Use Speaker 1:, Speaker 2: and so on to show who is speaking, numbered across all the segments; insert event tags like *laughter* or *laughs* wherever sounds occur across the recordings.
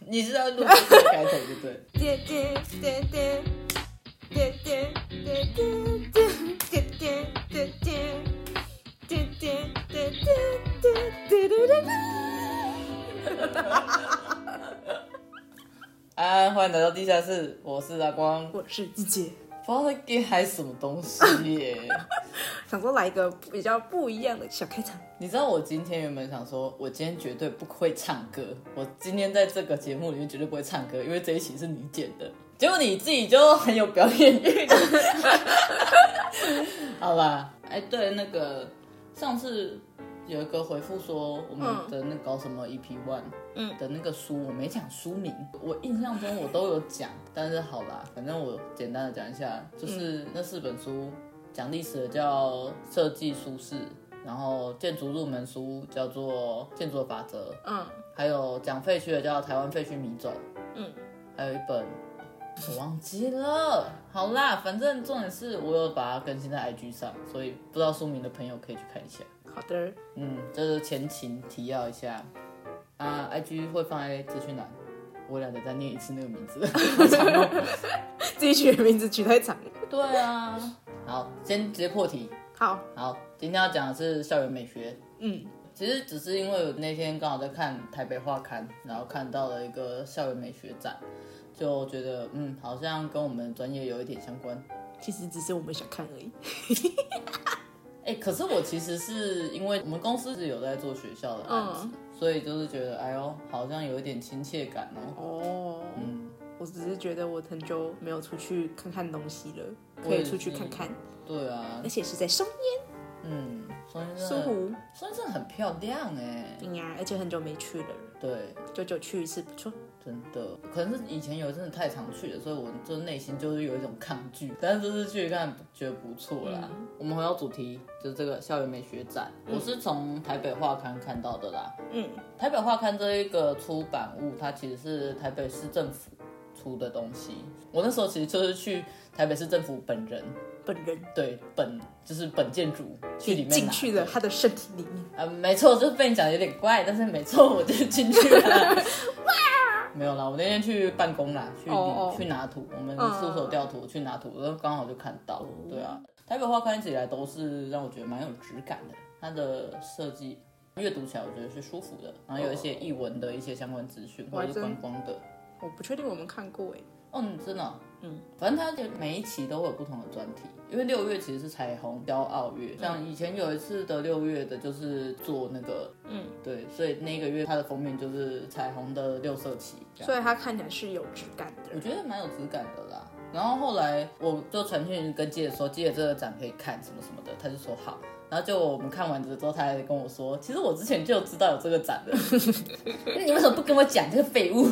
Speaker 1: 你是要录这个开头对不对？ *laughs*
Speaker 2: 滴滴滴滴滴滴滴滴滴滴滴滴滴滴滴滴滴滴滴
Speaker 1: 安，啊欢迎来到地下室，我是阿光，
Speaker 2: 我是季姐，
Speaker 1: 不知道在给嗨什么东西耶。 *laughs*
Speaker 2: 想说来一个比较不一样的小开场。
Speaker 1: 你知道我今天原本想说，我今天绝对不会唱歌，我今天在这个节目里面绝对不会唱歌，因为这一期是你剪的。结果你自己就很有表演欲的，好吧？哎，对，那个上次有一个回复说我们的那个什么 EP One，
Speaker 2: 嗯
Speaker 1: 的那个书我没讲书名，我印象中我都有讲，但是好啦，反正我简单的讲一下，就是那四本书讲历史的叫《设计书适》，然后建筑入门书叫做《建筑的法则》，
Speaker 2: 嗯
Speaker 1: 还有讲废墟的叫《台湾废墟迷走》，
Speaker 2: 嗯，
Speaker 1: 还有一本我忘记了。好啦，反正重点是我有把它更新在 IG 上，所以不知道书名的朋友可以去看一下。
Speaker 2: 好的，
Speaker 1: 嗯，这是前情提要一下啊，IG 会放在资讯栏。我懒得再念一次那个名字，好长哦。
Speaker 2: 自己取的名字取太长了。
Speaker 1: 对啊，好，先直接破题。
Speaker 2: 好，
Speaker 1: 好，今天要讲的是校园美学。
Speaker 2: 嗯
Speaker 1: 其实只是因为我那天刚好在看台北画刊，然后看到了一个校园美学展，就觉得嗯，好像跟我们专业有一点相关。
Speaker 2: 其实只是我们想看而已。
Speaker 1: 哎、可是我其实是因为我们公司是有在做学校的案子，所以就是觉得哎呦，好像有一点亲切感哦。
Speaker 2: 哦，
Speaker 1: 嗯，
Speaker 2: 我只是觉得我很久没有出去看看东西了，
Speaker 1: 我
Speaker 2: 可
Speaker 1: 也
Speaker 2: 以
Speaker 1: 是
Speaker 2: 出去看看，
Speaker 1: 对啊
Speaker 2: 而，且是在松
Speaker 1: 嗯，松烟
Speaker 2: 苏
Speaker 1: 真的，
Speaker 2: 湖。
Speaker 1: 松烟真的很漂亮哎、
Speaker 2: 对呀，而且很久没去了，
Speaker 1: 对，
Speaker 2: 久久去一次不错。
Speaker 1: 真的，可能是以前有一阵子太常去了，所以我就内心就是有一种抗拒。但是这次去看觉得不错啦。
Speaker 2: 嗯
Speaker 1: 我们回到主题，就是这个校园美学展，我是从台北画刊看到的啦。
Speaker 2: 嗯，
Speaker 1: 台北画刊这一个出版物，它其实是台北市政府出的东西。我那时候其实就是去台北市政府本人，
Speaker 2: 本人
Speaker 1: 对本就是本建筑去里面拿
Speaker 2: 进去了他的身体里面。
Speaker 1: 呃，没错，就是被你讲得有点怪，但是没错，
Speaker 2: *laughs*
Speaker 1: 我就进去了。没有啦，我那天去办公啦，去
Speaker 2: 哦哦
Speaker 1: 去拿图，我们宿舍调图、去拿图，然后刚好就看到。
Speaker 2: 嗯
Speaker 1: 对啊，台北画刊一直以来都是让我觉得蛮有质感的，它的设计阅读起来我觉得是舒服的，然后有一些译文的一些相关资讯
Speaker 2: 我
Speaker 1: 或
Speaker 2: 还
Speaker 1: 者是
Speaker 2: 真
Speaker 1: 观光的。
Speaker 2: 我不确定我们看过哎。
Speaker 1: 哦，你真的哦、
Speaker 2: 嗯，
Speaker 1: 反正它就每一期都会有不同的专题，因为六月其实是彩虹骄傲
Speaker 2: 嗯
Speaker 1: 月，像以前有一次的六月的就是做那个，
Speaker 2: 嗯，
Speaker 1: 对，所以那个月它的封面就是彩虹的六色旗，这样
Speaker 2: 所以它看起来是有质感的。
Speaker 1: 我觉得蛮有质感的啦。然后后来我就传讯跟记者说，记者这个展可以看什么什么的，他就说好。然后就我们看完之后，他还跟我说，其实我之前就知道有这个展
Speaker 2: *laughs*
Speaker 1: 的， *laughs* 那你为什么不跟我讲？这个废物，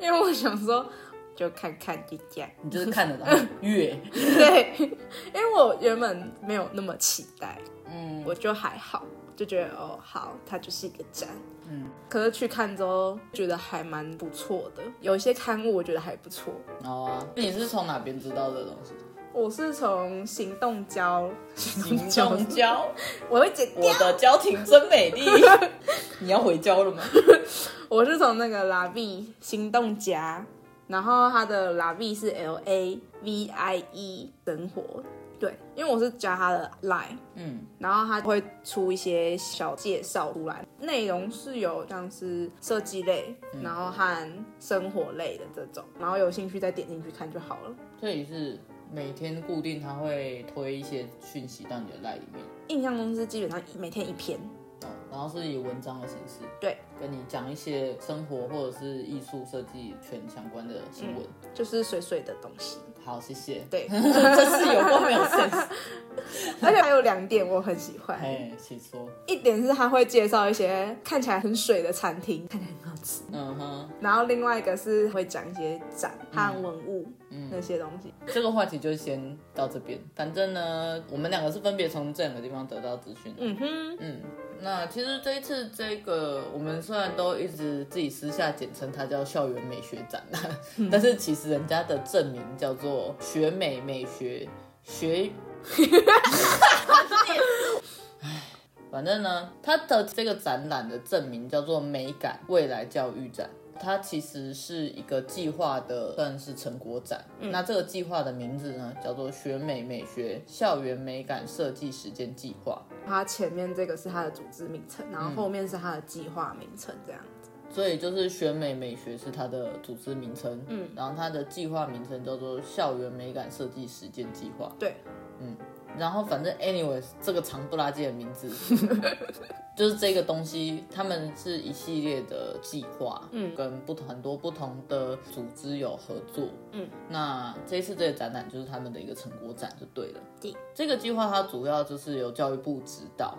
Speaker 2: 因为我想说，就看看就这 *laughs* 样。
Speaker 1: 你就是看了然后月，
Speaker 2: 对，因为我原本没有那么期待，
Speaker 1: 嗯
Speaker 2: 我就还好，就觉得哦好，它就是一个展。
Speaker 1: 嗯。
Speaker 2: 可是去看之后，觉得还蛮不错的，有一些刊物我觉得还不错。
Speaker 1: 哦、啊，你是从哪边知道这东西？
Speaker 2: 我是从行动胶，
Speaker 1: 行动胶，
Speaker 2: 我会剪
Speaker 1: 我
Speaker 2: 掉。
Speaker 1: 的交情真美 *laughs* 丽。你要回胶了吗？
Speaker 2: 我是从那个拉 V 行动夹，然后它的拉 V 是 L A V I E 生活，对，因为我是加它的 Line，
Speaker 1: 嗯，
Speaker 2: 然后它会出一些小介绍出来，内容是有像是设计类，然后和生活类的这种，然后有兴趣再点进去看就好了。
Speaker 1: 这里是每天固定他会推一些讯息到你的赖里面，
Speaker 2: 印象中是基本上每天一篇，
Speaker 1: 哦，然后是以文章的形式
Speaker 2: 对，
Speaker 1: 跟你讲一些生活或者是艺术设计圈相关的新闻。
Speaker 2: 就是水水的东西。
Speaker 1: 好，谢谢。*laughs*
Speaker 2: 对，
Speaker 1: 这是有过没有 sense？
Speaker 2: 而且还有两点我很喜欢，
Speaker 1: *laughs* 哎，请说。
Speaker 2: 一点是他会介绍一些看起来很水的餐厅，看起来很好吃。
Speaker 1: 嗯哼，
Speaker 2: 然后另外一个是会讲一些展和文物、
Speaker 1: 嗯
Speaker 2: 那些东西。
Speaker 1: 这个话题就先到这边。反正呢，我们两个是分别从这两个地方得到资讯。
Speaker 2: 嗯哼，
Speaker 1: 嗯，那其实这一次这个，我们虽然都一直自己私下简称它叫校园美学展啦， *laughs* 但是其实人家的正名叫做学美美学学。唉反正呢，它的这个展览的证明叫做“美感未来教育展”，它其实是一个计划的，算是成果展。那这个计划的名字呢，叫做“学美美学校园美感设计实践计划
Speaker 2: 它前面这个是它的组织名称，然后后面是它的计划名称，这样。”，
Speaker 1: 所以就是“学美美学”是它的组织名称，嗯，然后它的计划名称叫做“校园美感设计实践计划”。嗯
Speaker 2: 对，
Speaker 1: 然后反正 anyways 这个长不拉几的名
Speaker 2: *laughs*
Speaker 1: 字，就是这个东西，他们是一系列的计划，嗯，跟不同很多不同的组织有合作，
Speaker 2: 嗯，
Speaker 1: 那这一次这个展览就是他们的一个成果展就对了。
Speaker 2: 对，
Speaker 1: 这个计划它主要就是由教育部指导，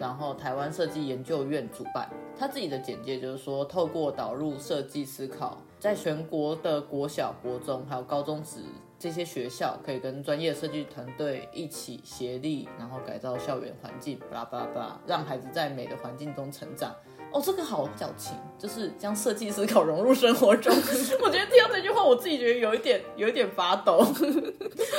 Speaker 1: 然后台湾设计研究院主办。他自己的简介就是说，透过导入设计思考，在全国的国小、国中还有高中职这些学校，可以跟专业设计团队一起协力，然后改造校园环境，巴拉巴拉巴拉，让孩子在美的环境中成长。哦，这个好矫情，就是将设计思考融入生活中。 *laughs* 我觉得听到这句话，我自己觉得有一点有一点发抖。 *laughs*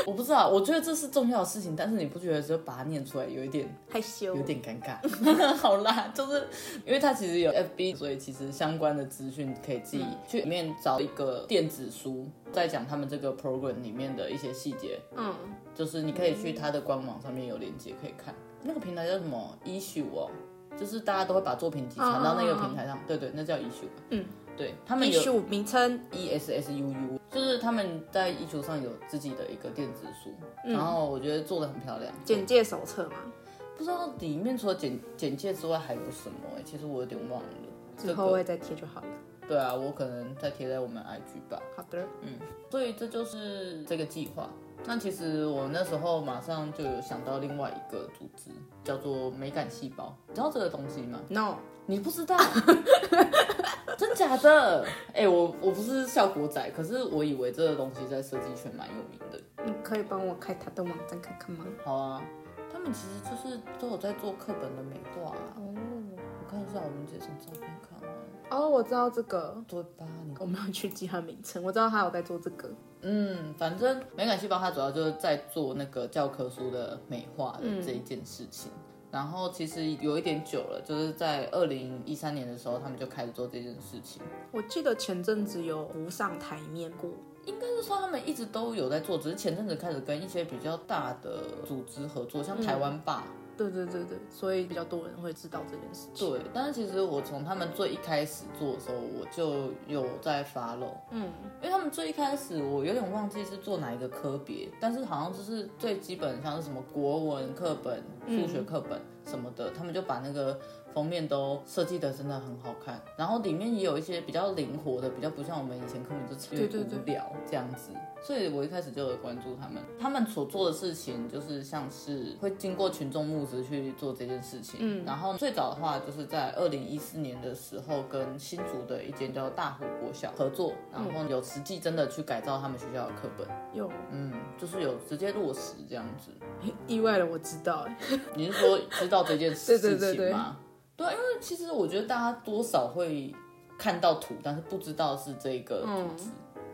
Speaker 1: 我不知道，我觉得这是重要的事情，但是你不觉得只有把它念出来有一点
Speaker 2: 害羞
Speaker 1: 有。点尴尬。 *laughs* 好啦，就是因为它其实有 FB，所以其实相关的资讯可以自己去里面找一个电子书，在讲他们这个 program 里面的一些细节，
Speaker 2: 嗯，
Speaker 1: 就是你可以去它的官网上面有链接可以看。那个平台叫什么？issue 哦，就是大家都会把作品集传到那个平台上，对对，那叫 issue 吧。
Speaker 2: 嗯，
Speaker 1: 对他们
Speaker 2: 艺
Speaker 1: 有
Speaker 2: 术名称
Speaker 1: E S S U U，就是他们在艺术上有自己的一个电子书，然后我觉得做的很漂亮。
Speaker 2: 简介手册嘛，
Speaker 1: 不知道里面除了简简介之外还有什么、欸？其实我有点忘了。
Speaker 2: 之后会再贴就好了。
Speaker 1: 对啊，我可能再贴在我们 IG 吧。
Speaker 2: 好的，
Speaker 1: 所以这就是这个计划。那其实我那时候马上就有想到另外一个组织，叫做美感细胞。你知道这个东西吗？
Speaker 2: No，
Speaker 1: 你不知道？ *laughs* 真假的？哎、我我不是效果仔，可是我以为这个东西在设计圈蛮有名的。
Speaker 2: 你可以帮我开他的网站看看吗？
Speaker 1: 好啊，他们其实就是都有在做课本的美化、啊。
Speaker 2: 哦，
Speaker 1: 我看一下我们这张照片看啊，
Speaker 2: 哦，我知道这个，
Speaker 1: 对吧？啊你
Speaker 2: *laughs* 我没有去记他名称，我知道他有在做这个。
Speaker 1: 嗯，反正美感细胞它主要就是在做那个教科书的美化的这一件事情。然后其实有一点久了，就是在二零一三年的时候，他们就开始做这件事情。
Speaker 2: 我记得前阵子有浮上台面过，
Speaker 1: 应该是说他们一直都有在做，只是前阵子开始跟一些比较大的组织合作，像台湾吧。
Speaker 2: 对对对对，所以比较多人会知道这件事情。
Speaker 1: 对，但是其实我从他们最一开始做的时候，我就有在 follow，
Speaker 2: 嗯，
Speaker 1: 因为他们最一开始我有点忘记是做哪一个科别，但是好像就是最基本像是什么国文课本、
Speaker 2: 嗯
Speaker 1: 数学课本什么的，他们就把那个封面都设计的真的很好看，然后里面也有一些比较灵活的，比较不像我们以前课本就是有点
Speaker 2: 对对对
Speaker 1: 无聊这样子。所以我一开始就有关注他们，他们所做的事情就是像是会经过群众募资去做这件事情。嗯，然后最早的话就是在二零一四年的时候，跟新竹的一间叫大湖国小合作，然后有实际真的去改造他们学校的课本，
Speaker 2: 有
Speaker 1: 嗯，就是有直接落实这样子。
Speaker 2: 意外了，我知道哎、
Speaker 1: 你是说知道这件事
Speaker 2: 对对
Speaker 1: 情吗？
Speaker 2: *laughs* 对对
Speaker 1: 对啊因为其实我觉得大家多少会看到图，但是不知道是这个图
Speaker 2: 嗯
Speaker 1: 纸。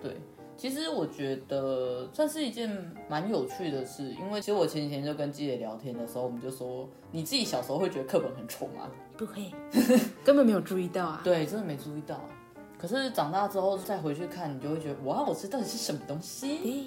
Speaker 1: 对，其实我觉得算是一件蛮有趣的事，因为其实我前几天就跟季姐聊天的时候，我们就说你自己小时候会觉得课本很丑吗？
Speaker 2: 不会，根本没有注意到啊。
Speaker 1: 对，真的没注意到。可是长大之后再回去看，你就会觉得哇，我这到底是什么东西？
Speaker 2: 对，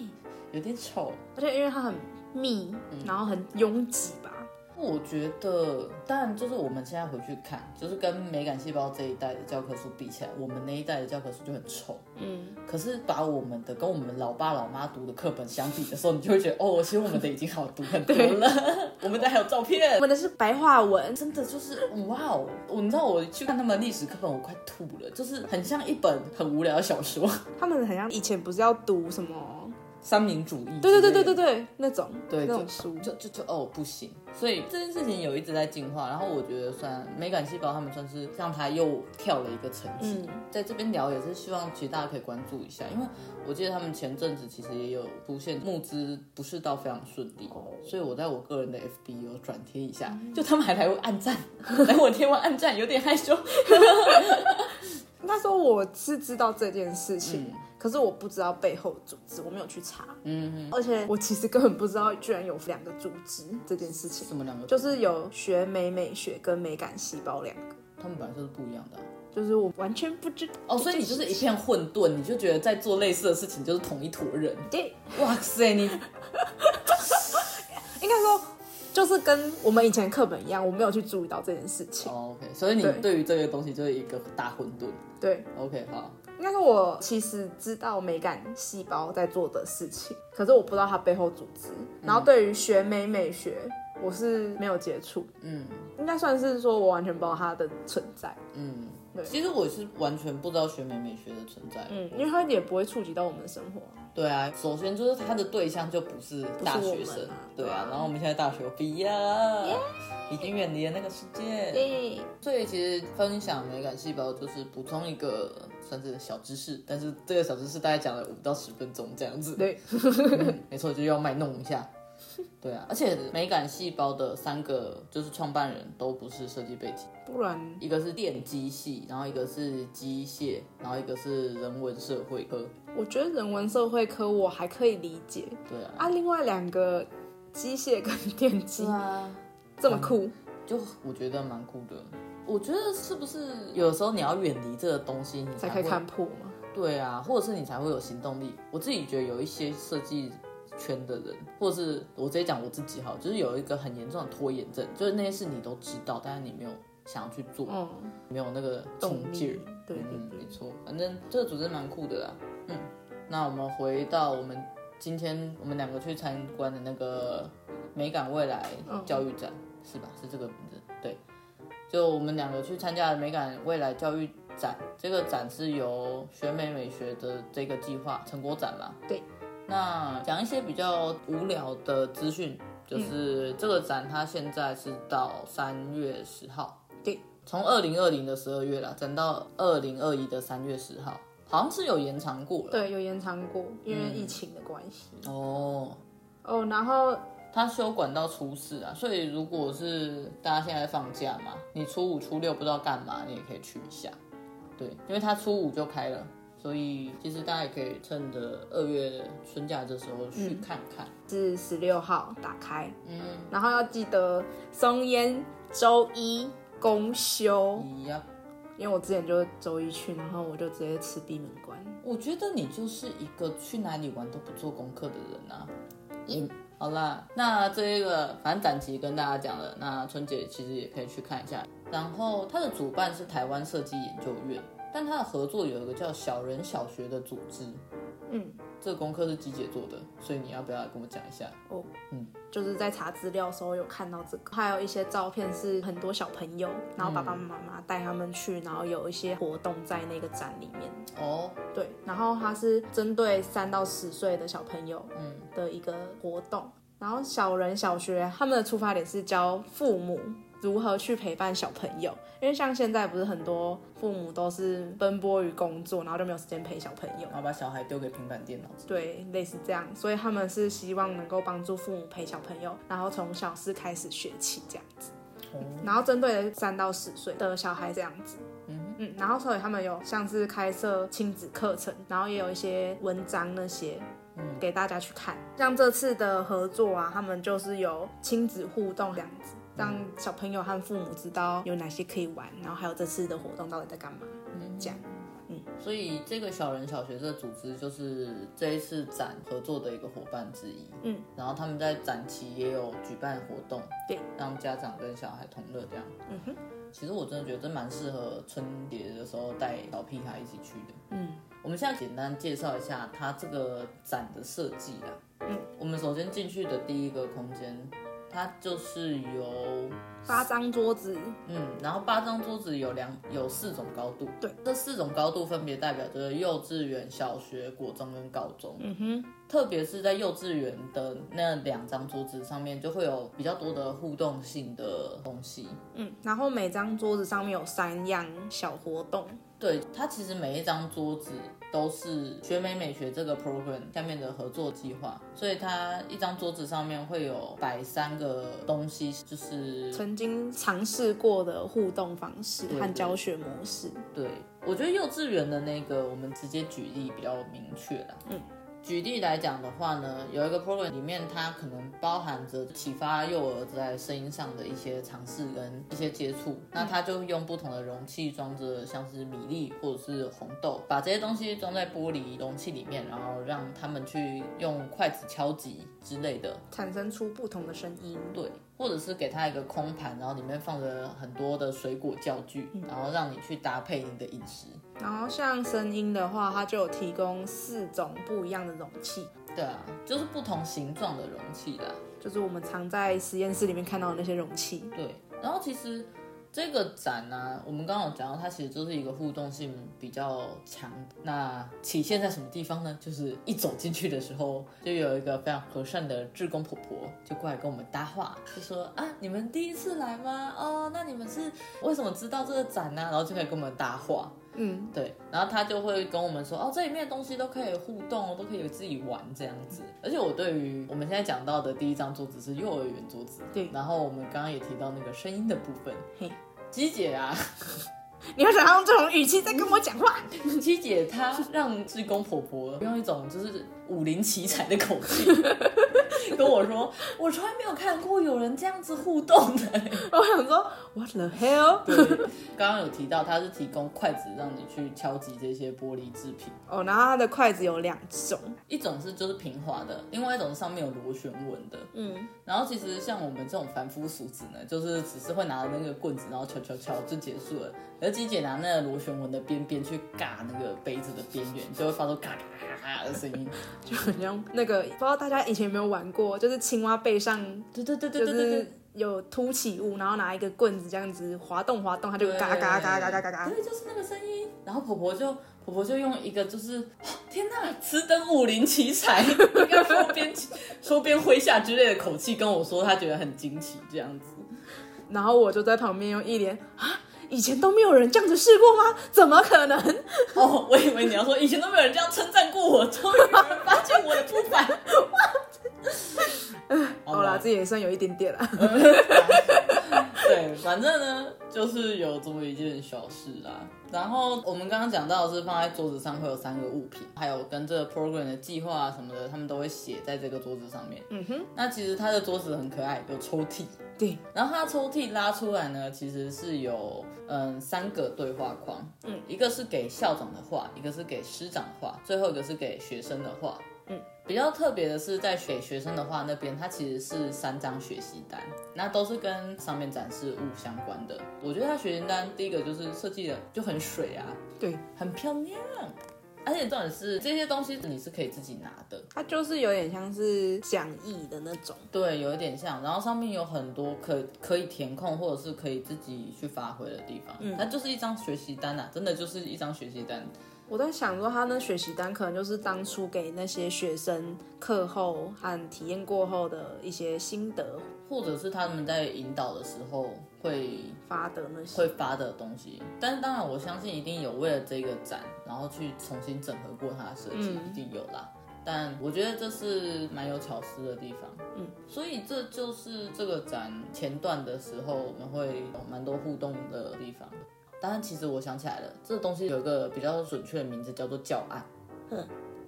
Speaker 1: 有点丑。
Speaker 2: 而且因为它很密，然后很拥挤吧。
Speaker 1: 我觉得，当然就是我们现在回去看，就是跟美感细胞这一代的教科书比起来，我们那一代的教科书就很丑。
Speaker 2: 嗯，
Speaker 1: 可是把我们的跟我们老爸老妈读的课本相比的时候，你就会觉得哦，其实我们的已经好读很
Speaker 2: *laughs*
Speaker 1: 多了。 *laughs* 我们的还有照片
Speaker 2: 我，们的是白话文，
Speaker 1: 真的就是哇哦！我你知道我去看他们历史课本，我快吐了，就是很像一本很无聊的小说，
Speaker 2: 他们很像以前不是要读什么？
Speaker 1: 三民主义之类的。
Speaker 2: 对对对对对对，那种
Speaker 1: 对
Speaker 2: 那种书，
Speaker 1: 就就就哦不行，所以这件事情有一直在进化，然后我觉得算美感细胞他们算是让它又跳了一个层级，
Speaker 2: 嗯
Speaker 1: 在这边聊也是希望其实大家可以关注一下，因为我记得他们前阵子其实也有出现募资不是到非常顺利，
Speaker 2: 哦
Speaker 1: 所以我在我个人的 FB 有转贴一下，
Speaker 2: 嗯
Speaker 1: 就他们还来我暗赞， *laughs* 来我贴完暗赞有点害羞， *laughs*
Speaker 2: 那时候我是知道这件事情，可可是我不知道背后的组织，我没有去查，
Speaker 1: 嗯，
Speaker 2: 而且我其实根本不知道居然有两个组织这件事情，
Speaker 1: 什么两个？
Speaker 2: 就是有学美美学跟美感细胞两个，
Speaker 1: 他们本来就是不一样的啊、
Speaker 2: 就是我完全不知道
Speaker 1: 哦，所以你就是一片混沌，你就觉得在做类似的事情就是同一坨人。
Speaker 2: 对，
Speaker 1: 哇塞，你
Speaker 2: 应该说就是跟我们以前课本一样，我没有去注意到这件事情。
Speaker 1: 哦 OK，所以你
Speaker 2: 对
Speaker 1: 对于这个东西就是一个大混沌。
Speaker 2: 对，
Speaker 1: OK，好，
Speaker 2: 应该说我其实知道美感细胞在做的事情，可是我不知道它背后组织。然后对于学美美学，我是没有接触，
Speaker 1: 嗯
Speaker 2: 应该算是说我完全不知道它的存在。
Speaker 1: 嗯，
Speaker 2: 对
Speaker 1: 其实我是完全不知道学美美学的存在。
Speaker 2: 嗯，因为它也不会触及到我们的生活。
Speaker 1: 对啊，首先就是他的对象就不是大学
Speaker 2: 不是我
Speaker 1: 生
Speaker 2: 们啊，
Speaker 1: 对
Speaker 2: 对
Speaker 1: 啊
Speaker 2: 啊，
Speaker 1: 然后我们现在大学毕业了，已经远离了那个世界。
Speaker 2: 对，
Speaker 1: 所以其实分享美感细胞就是补充一个算是小知识，但是这个小知识大概讲了五到十分钟这样子。
Speaker 2: 对，
Speaker 1: 嗯没错，就要卖弄一下。对啊，而且美感细胞的三个就是创办人都不是设计背景，
Speaker 2: 不然
Speaker 1: 一个是电机系，然后一个是机械，然后一个是人文社会科。
Speaker 2: 我觉得人文社会科我还可以理解
Speaker 1: 对啊，
Speaker 2: 啊，另外两个机械跟电机
Speaker 1: 啊，
Speaker 2: 这么酷，
Speaker 1: 就我觉得蛮酷的。我觉得是不是有时候你要远离这个东西，你才
Speaker 2: 才可以
Speaker 1: 会
Speaker 2: 看破嘛。
Speaker 1: 对啊，或者是你才会有行动力。我自己觉得有一些设计圈的人，或者是我直接讲我自己好，就是有一个很严重的拖延症，就是那些事你都知道，但是你没有想要去做，
Speaker 2: 嗯，
Speaker 1: 没有那个冲
Speaker 2: 动
Speaker 1: 劲儿
Speaker 2: 力。，对对
Speaker 1: 嗯，
Speaker 2: 对
Speaker 1: 没。错，反正这个组织蛮酷的啦。嗯，那我们回到我们今天我们两个去参观的那个美感未来
Speaker 2: 嗯
Speaker 1: 教育展，是吧？是这个名字？对，就我们两个去参加的美感未来教育展，这个展是由学美美学的这个计划成果展嘛？
Speaker 2: 对。
Speaker 1: 那讲一些比较无聊的资讯，就是这个展它现在是到三月十号。从二零二零的十二月啦，展到二零二一的三月十号，好像是有延长过了。
Speaker 2: 对，有延长过，因
Speaker 1: 嗯
Speaker 2: 为疫情的关系。
Speaker 1: 哦，
Speaker 2: 哦，然后
Speaker 1: 它休管到初四啊，所以如果是大家现在放假嘛，你初五、初六不知道干嘛，你也可以去一下。对，因为它初五就开了，所以其实大家也可以趁着二月春假的时候去看看。
Speaker 2: 是十六号打开，
Speaker 1: 嗯，
Speaker 2: 然后要记得松烟周一公休，
Speaker 1: 一样。
Speaker 2: 因为我之前就是周一去，然后我就直接吃闭门关。
Speaker 1: 我觉得你就是一个去哪里玩都不做功课的人啊。嗯，好啦，那这个反正展期跟大家讲了，那春节其实也可以去看一下。然后它的主办是台湾设计研究院，但它的合作有一个叫小人小学的组织。
Speaker 2: 嗯，
Speaker 1: 这个功课是鸡姐做的，所以你要不要跟我讲一下？
Speaker 2: 哦，
Speaker 1: 嗯，
Speaker 2: 就是在查资料的时候有看到这个，还有一些照片是很多小朋友，然后爸爸妈妈带他们去，然后有一些活动在那个展里面。
Speaker 1: 哦，
Speaker 2: 对，然后它是针对三到十岁的小朋友
Speaker 1: 嗯
Speaker 2: 的一个活动。然后小人小学他们的出发点是教父母如何去陪伴小朋友，因为像现在不是很多父母都是奔波于工作，然后就没有时间陪小朋友
Speaker 1: 然。后把小孩丢给平板电脑。
Speaker 2: 对，类似这样，所以他们是希望能够帮助父母陪小朋友，然后从小事开始学起这样子。
Speaker 1: 哦
Speaker 2: 然后针对三到十岁的小孩这样子，
Speaker 1: 嗯
Speaker 2: 嗯，然后所以他们有像是开设亲子课程，然后也有一些文章那些，嗯，给大家去看。像这次的合作啊，他们就是有亲子互动这样子，让小朋友和父母知道有哪些可以玩，然后还有这次的活动到底在干嘛，嗯，这样。
Speaker 1: 所以这个小人小学这个组织就是这一次展合作的一个伙伴之一。
Speaker 2: 嗯，
Speaker 1: 然后他们在展期也有举办活动，
Speaker 2: 对，
Speaker 1: 让家长跟小孩同乐这样。
Speaker 2: 嗯哼，
Speaker 1: 其实我真的觉得这蛮适合春节的时候带小屁孩一起去的。
Speaker 2: 嗯，
Speaker 1: 我们现在简单介绍一下它这个展的设计啦。嗯，我们首先进去的第一个空间，它就是由
Speaker 2: 八张桌子，
Speaker 1: 嗯，然后八张桌子有两有四种高度，
Speaker 2: 对，
Speaker 1: 这四种高度分别代表着幼稚园、小学、国中跟高中。
Speaker 2: 嗯哼，
Speaker 1: 特别是在幼稚园的那两张桌子上面，就会有比较多的互动性的东西。
Speaker 2: 嗯，然后每张桌子上面有三样小活动，
Speaker 1: 对，它其实每一张桌子都是学美美学这个 program 下面的合作计划，所以它一张桌子上面会有摆三个东西，就是
Speaker 2: 曾经尝试过的互动方式
Speaker 1: 对
Speaker 2: 和
Speaker 1: 对
Speaker 2: 教学模式，
Speaker 1: 对，我觉得幼稚园的那个，我们直接举例比较明确啦。
Speaker 2: 嗯，
Speaker 1: 举例来讲的话呢，有一个 program 里面，它可能包含着启发幼儿在声音上的一些尝试跟一些接触。那它就用不同的容器装着像是米粒或者是红豆，把这些东西装在玻璃容器里面，然后让他们去用筷子敲击之类的。
Speaker 2: 产生出不同的声音。
Speaker 1: 对，或者是给他一个空盘，然后里面放着很多的水果教具，然后让你去搭配你的饮食。
Speaker 2: 然后像声音的话，它就有提供四种不一样的容器，
Speaker 1: 对啊，就是不同形状的容器啦。
Speaker 2: 就是我们常在实验室里面看到的那些容器。
Speaker 1: 对，然后其实这个展呢、我们刚刚有讲到，它其实就是一个互动性比较强。那体现在什么地方呢？就是一走进去的时候，就有一个非常和善的志工婆婆就过来跟我们搭话，就说啊，你们第一次来吗？哦，那你们是为什么知道这个展啊呢、然后就可以跟我们搭话。
Speaker 2: 嗯，
Speaker 1: 对，然后他就会跟我们说，哦，这里面的东西都可以互动，都可以自己玩这样子。而且我对于我们现在讲到的第一张桌子是幼儿园桌子，
Speaker 2: 对
Speaker 1: 然后我们刚刚也提到那个声音的部分，
Speaker 2: 嘿，
Speaker 1: 鸡姐啊， *laughs*
Speaker 2: 你为什么要用这种语气在跟我讲话？ *laughs*
Speaker 1: 鸡姐她让志工婆婆用一种就是武林奇才的口
Speaker 2: *laughs*
Speaker 1: 气跟我说，我从来没有看过有人这样子互动的、 *laughs*
Speaker 2: 我想说，What the hell？
Speaker 1: 对，刚刚有提到它是提供筷子让你去敲击这些玻璃制品。
Speaker 2: 哦，然后它的筷子有两种，
Speaker 1: 一种是就是平滑的，另外一种是上面有螺旋纹的。
Speaker 2: 嗯，
Speaker 1: 然后其实像我们这种凡夫俗子呢，就是只是会拿那个棍子，然后敲敲敲就结束了。而金姐拿那个螺旋纹的边边去尬那个杯子的边缘，就会发出嘎嘎嘎嘎的声音。
Speaker 2: 就很像那个，不知道大家以前有没有玩过，就是青蛙背上
Speaker 1: *laughs* 对对对对
Speaker 2: 就
Speaker 1: 对对
Speaker 2: 是
Speaker 1: 对。
Speaker 2: 有凸起物，然后拿一个棍子这样子滑动滑动，它就嘎嘎嘎嘎嘎嘎嘎。
Speaker 1: 对，就是那个声音。然后婆婆就婆婆就用一个就是，哦天呐，此等武林奇才，一个说边 *laughs* 说边麾下之类的口气跟我说，她觉得很惊奇这样子。
Speaker 2: *laughs* 然后我就在旁边用一脸啊，以前都没有人这样子试过吗？怎么可能？
Speaker 1: *laughs* 哦，我以为你要说以前都没有人这样称赞过我，终于有人发现我的不凡。
Speaker 2: *laughs* 好
Speaker 1: 哦
Speaker 2: 啦，这也算有一点点啦。
Speaker 1: 对，反正呢，就是有这么一件小事啦。然后我们刚刚讲到的是放在桌子上会有三个物品，还有跟这个 program 的计划啊什么的，他们都会写在这个桌子上面。
Speaker 2: 嗯哼，
Speaker 1: 那其实它的桌子很可爱，有抽屉，
Speaker 2: 对，
Speaker 1: 然后它抽屉拉出来呢，其实是有嗯三个对话框，
Speaker 2: 嗯，
Speaker 1: 一个是给校长的话，一个是给师长的话，最后一个是给学生的话，
Speaker 2: 嗯。
Speaker 1: 比较特别的是，在给学生的话那边，它其实是三张学习单，那都是跟上面展示物相关的。我觉得它学习单第一个就是设计的就很水啊，
Speaker 2: 对，
Speaker 1: 很漂亮，而且重点是这些东西你是可以自己拿的，
Speaker 2: 它就是有点像是讲义的那种。
Speaker 1: 对，有一点像，然后上面有很多可可以填空或者是可以自己去发挥的地方，嗯，它就是一张学习单啊，真的就是一张学习单，
Speaker 2: 我在想说，他那学习单可能就是当初给那些学生课后和体验过后的一些心得
Speaker 1: 或者是他们在引导的时候会
Speaker 2: 发的那些。
Speaker 1: 会发的东西。但是当然，我相信一定有为了这个展，然后去重新整合过它的设计，
Speaker 2: 嗯
Speaker 1: 一定有啦。但我觉得这是蛮有巧思的地方，
Speaker 2: 嗯，
Speaker 1: 所以这就是这个展前段的时候，我们会有蛮多互动的地方。当然，其实我想起来了，这个东西有一个比较准确的名字，叫做教案。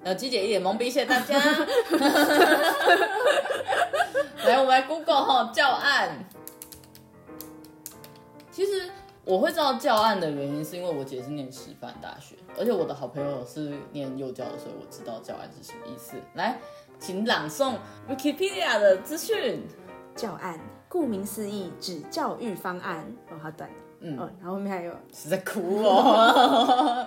Speaker 1: 呃，鸡姐一脸懵逼，谢谢大家。 *laughs* 来，我们来 Google 哈教案。其实我会知道教案的原因，是因为我姐是念师范大学，而且我的好朋友是念幼教的，所以我知道教案是什么意思。来，请朗诵 Wikipedia 的资讯。
Speaker 2: 教案，顾名思义指教育方案。哦，好短。
Speaker 1: 嗯
Speaker 2: 哦，然后后面还有
Speaker 1: 是在哭哦。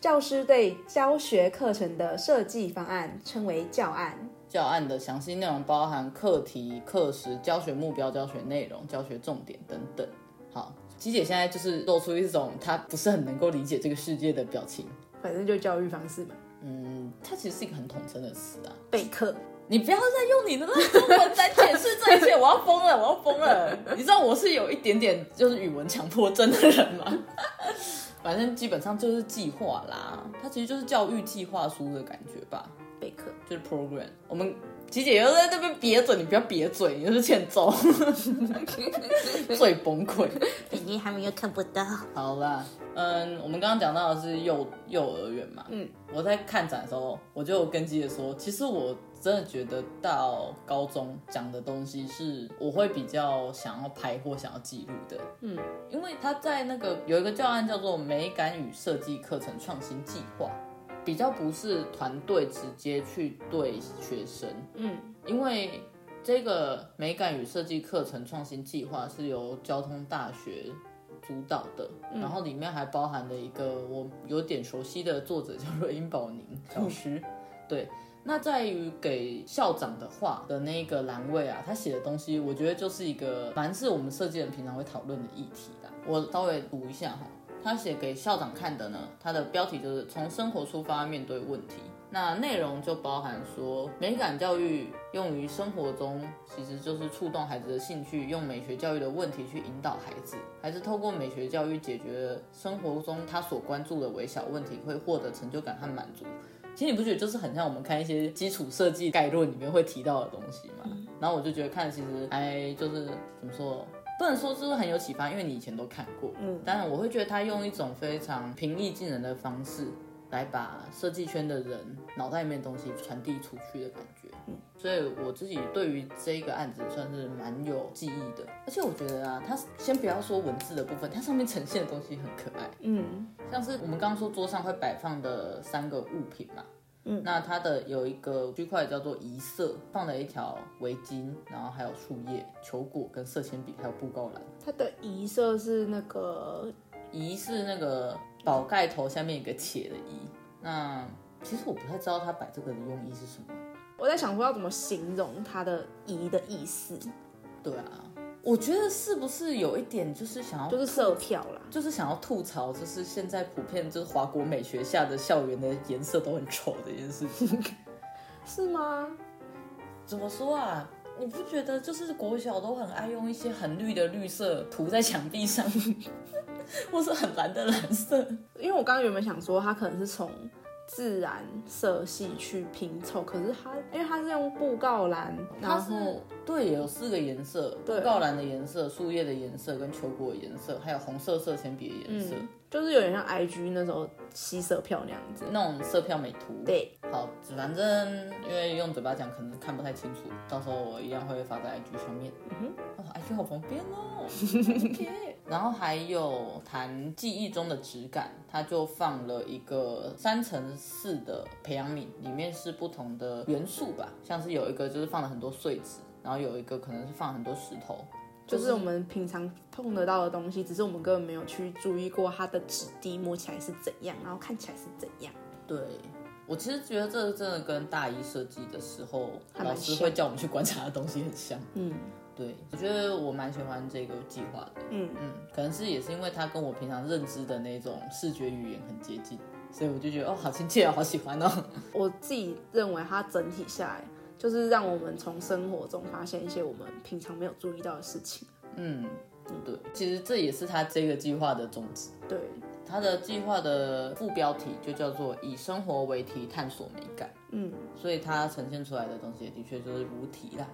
Speaker 2: 教师对教学课程的设计方案称为教案。
Speaker 1: 教案的详细内容包含课题、课时、教学目标、教学内容、教学重点等等。好，鸡姐现在就是露出一种她不是很能够理解这个世界的表情。
Speaker 2: 反正就教育方式嘛，
Speaker 1: 嗯，它其实是一个很统称的词啊。
Speaker 2: 备课。
Speaker 1: 你不要再用你的那中文来解释这一切，我要疯了，我要疯了！你知道我是有一点点就是语文强迫症的人吗？反正基本上就是计划啦，它其实就是教育计划书的感觉吧，
Speaker 2: 备课。
Speaker 1: 就是 program。我们琪姐又在那边瘪嘴，你不要瘪嘴，你就是欠揍， *laughs* 最崩溃。
Speaker 2: 你他们又看不到，
Speaker 1: 好啦，嗯，我们刚刚讲到的是幼幼儿园嘛，
Speaker 2: 嗯，
Speaker 1: 我在看展的时候，我就跟基姐说，其实我真的觉得到高中讲的东西是我会比较想要拍或想要记录的，
Speaker 2: 嗯，
Speaker 1: 因为他在那个有一个教案叫做《美感与设计课程创新计划》，比较不是团队直接去对学生，
Speaker 2: 嗯
Speaker 1: 因为这个美感与设计课程创新计划是由交通大学主导的，然后里面还包含了一个我有点熟悉的作者，叫做殷宝宁老师。对，那在于给校长的话的那个栏位啊，他写的东西，我觉得就是一个凡是我们设计人平常会讨论的议题啦。我稍微读一下哈。他写给校长看的呢，他的标题就是从生活出发面对问题。那内容就包含说，美感教育用于生活中，其实就是触动孩子的兴趣，用美学教育的问题去引导孩子。孩子透过美学教育解决生活中他所关注的微小问题，会获得成就感和满足。其实你不觉得就是很像我们看一些基础设计概论里面会提到的东西吗？然后我就觉得看其实还就是怎么说，不能说就是很有启发，因为你以前都看过。
Speaker 2: 嗯
Speaker 1: 当然我会觉得他用一种非常平易近人的方式。来把设计圈的人脑袋里面的东西传递出去的感觉，嗯，所以我自己对于这个案子算是蛮有记忆的，而且我觉得啊，它先不要说文字的部分，它上面呈现的东西很可爱，
Speaker 2: 嗯
Speaker 1: 像是我们刚刚说桌上会摆放的三个物品嘛，嗯，那它的有一个区块叫做移色，放了一条围巾，然后还有树叶、球果跟色铅笔，还有布告栏。
Speaker 2: 它的移色是那个
Speaker 1: 移是那个宝盖头下面一个且的移，那其实我不太知道它摆这个的用意是什么。
Speaker 2: 我在想说要怎么形容它的“移”的意思，
Speaker 1: 对啊，我觉得是不是有一点就是想要
Speaker 2: 就是色票啦。
Speaker 1: 就是想要吐槽，就是现在普遍就是华国美学下的校园的颜色都很丑的一件事情。
Speaker 2: 是吗？
Speaker 1: 怎么说啊？你不觉得就是国小都很爱用一些很绿的绿色涂在墙壁上， *laughs* 或是很蓝的蓝色？
Speaker 2: 因为我刚刚原本想说它可能是从自然色系去拼凑，可是它因为它是用布告栏，
Speaker 1: 它
Speaker 2: 然
Speaker 1: 是
Speaker 2: 后嗯
Speaker 1: 对，有四个颜色：布
Speaker 2: 对
Speaker 1: 告栏的颜色、树叶的颜色、跟球果的颜色，还有红色色铅笔的颜色，
Speaker 2: 嗯，就是有点像 IG 那时候吸色票那样子。
Speaker 1: 那种色票美图。
Speaker 2: 对，
Speaker 1: 好，反正因为用嘴巴讲可能看不太清楚，到时候我一样会发在 IG 上面。
Speaker 2: 嗯
Speaker 1: 哦，IG 好方便
Speaker 2: *laughs*
Speaker 1: 哦。OK，然后还有谈记忆中的质感，它就放了一个三乘四的培养皿，里面是不同的元素吧，像是有一个就是放了很多碎纸，然后有一个可能是放了很多石头，
Speaker 2: 就是
Speaker 1: 嗯
Speaker 2: 我们平常碰得到的东西，只是我们根本没有去注意过它的质地摸起来是怎样，然后看起来是怎样。
Speaker 1: 对。我其实觉得这真的跟大一设计的时候，
Speaker 2: 还蛮
Speaker 1: 老师
Speaker 2: 像
Speaker 1: 会叫我们去观察的东西很像。
Speaker 2: 嗯
Speaker 1: 对，我觉得我蛮喜欢这个计划的。
Speaker 2: 嗯，
Speaker 1: 嗯，可能是也是因为它跟我平常认知的那种视觉语言很接近，所以我就觉得哦，好亲切哦，好喜欢哦。
Speaker 2: 我自己认为它整体下来，就是让我们从生活中发现一些我们平常没有注意到的事情。
Speaker 1: 嗯，对，其实这也是他这个计划的宗旨。
Speaker 2: 对，
Speaker 1: 他的计划的副标题就叫做“以生活为题探索美感
Speaker 2: 嗯，”，
Speaker 1: 所以它呈现出来的东西的确就是如题啦。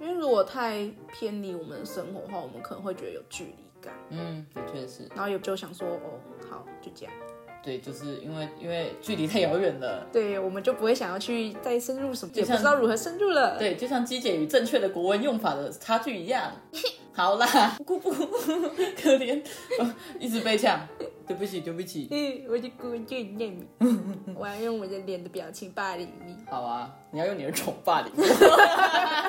Speaker 2: 因为如果太偏离我们的生活的话，我们可能会觉得有距离感，
Speaker 1: 嗯，的确是，
Speaker 2: 然后也就想说，哦，好，就这样。
Speaker 1: 对，就是因为因为距离太遥远了。
Speaker 2: 对，我们就不会想要去再深入什么，也
Speaker 1: 就
Speaker 2: 不
Speaker 1: 像
Speaker 2: 知道如何深入了。，
Speaker 1: 对，就像机姐与正确的国文用法的差距一样。好啦，姑姑，可怜，呃一直被呛，对不起，对不起。
Speaker 2: 嗯，我的孤军念你， *laughs* 我要用我的脸的表情霸凌你，
Speaker 1: 好啊，你要用你的丑霸凌。 *laughs*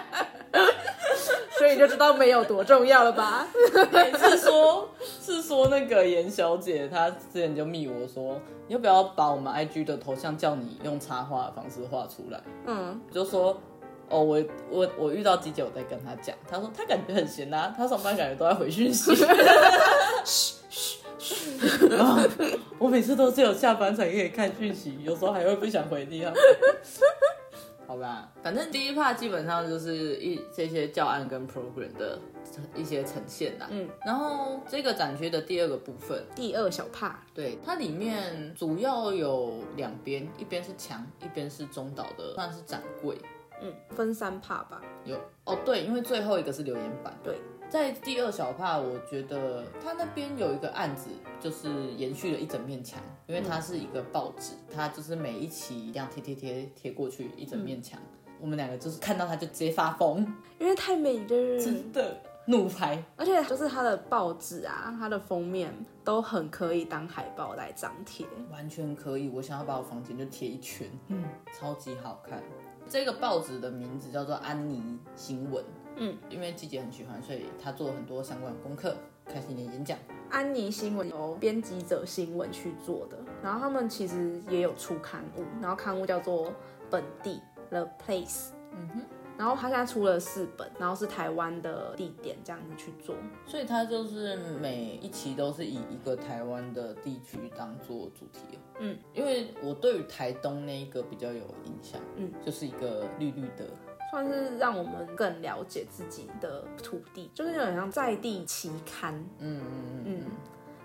Speaker 2: 所以你就知道没有多重要了吧？ *laughs*
Speaker 1: 哎是说，是说那个严小姐她之前就密我说，你要不要把我们 IG 的头像叫你用插画的方式画出来？
Speaker 2: 嗯，
Speaker 1: 我就说，哦，我我我遇到机姐，我在跟她讲，她说她感觉很闲啊，她上班感觉都在回讯 *laughs* 息。然后啊 *laughs* 我每次都只有下班才可以看讯息，有时候还会不想回你啊。好好吧，反正第一 part 基本上就是一这些教案跟 program 的一些呈现啦。嗯，然后这个展区的第二个部分，
Speaker 2: 第二小帕，
Speaker 1: 对，它里面主要有两边，一边是墙，一边是中岛的算是展柜。
Speaker 2: 嗯，分三帕吧。
Speaker 1: 有哦，对，因为最后一个是留言板。
Speaker 2: 对，
Speaker 1: 在第二小帕，我觉得他那边有一个案子，就是延续了一整面墙，因为它是一个报纸，它就是每一期这样贴贴贴贴过去一整面墙。我们两个就是看到它就直接发疯，
Speaker 2: 因为太美了，
Speaker 1: 真 *laughs* 的怒拍。
Speaker 2: 而且就是它的报纸啊，它的封面都很可以当海报来张贴。
Speaker 1: 完全可以，我想要把我房间就贴一圈，嗯，超级好看。这个报纸的名字叫做《安妮新闻》，嗯，因为季姐很喜欢，所以她做了很多相关的功课，开始你的演讲。
Speaker 2: 安妮新闻由编辑者新闻去做的，然后他们其实也有出刊物，然后刊物叫做《本地 The Place》，嗯哼，然后他现在出了四本，然后是台湾的地点这样子去做，
Speaker 1: 所以它就是每一期都是以一个台湾的地区当做主题哦。嗯，因为我对于台东那一个比较有印象，嗯，就是一个绿绿的，
Speaker 2: 算是让我们更了解自己的土地，就是有点像在地期刊。
Speaker 1: 嗯嗯嗯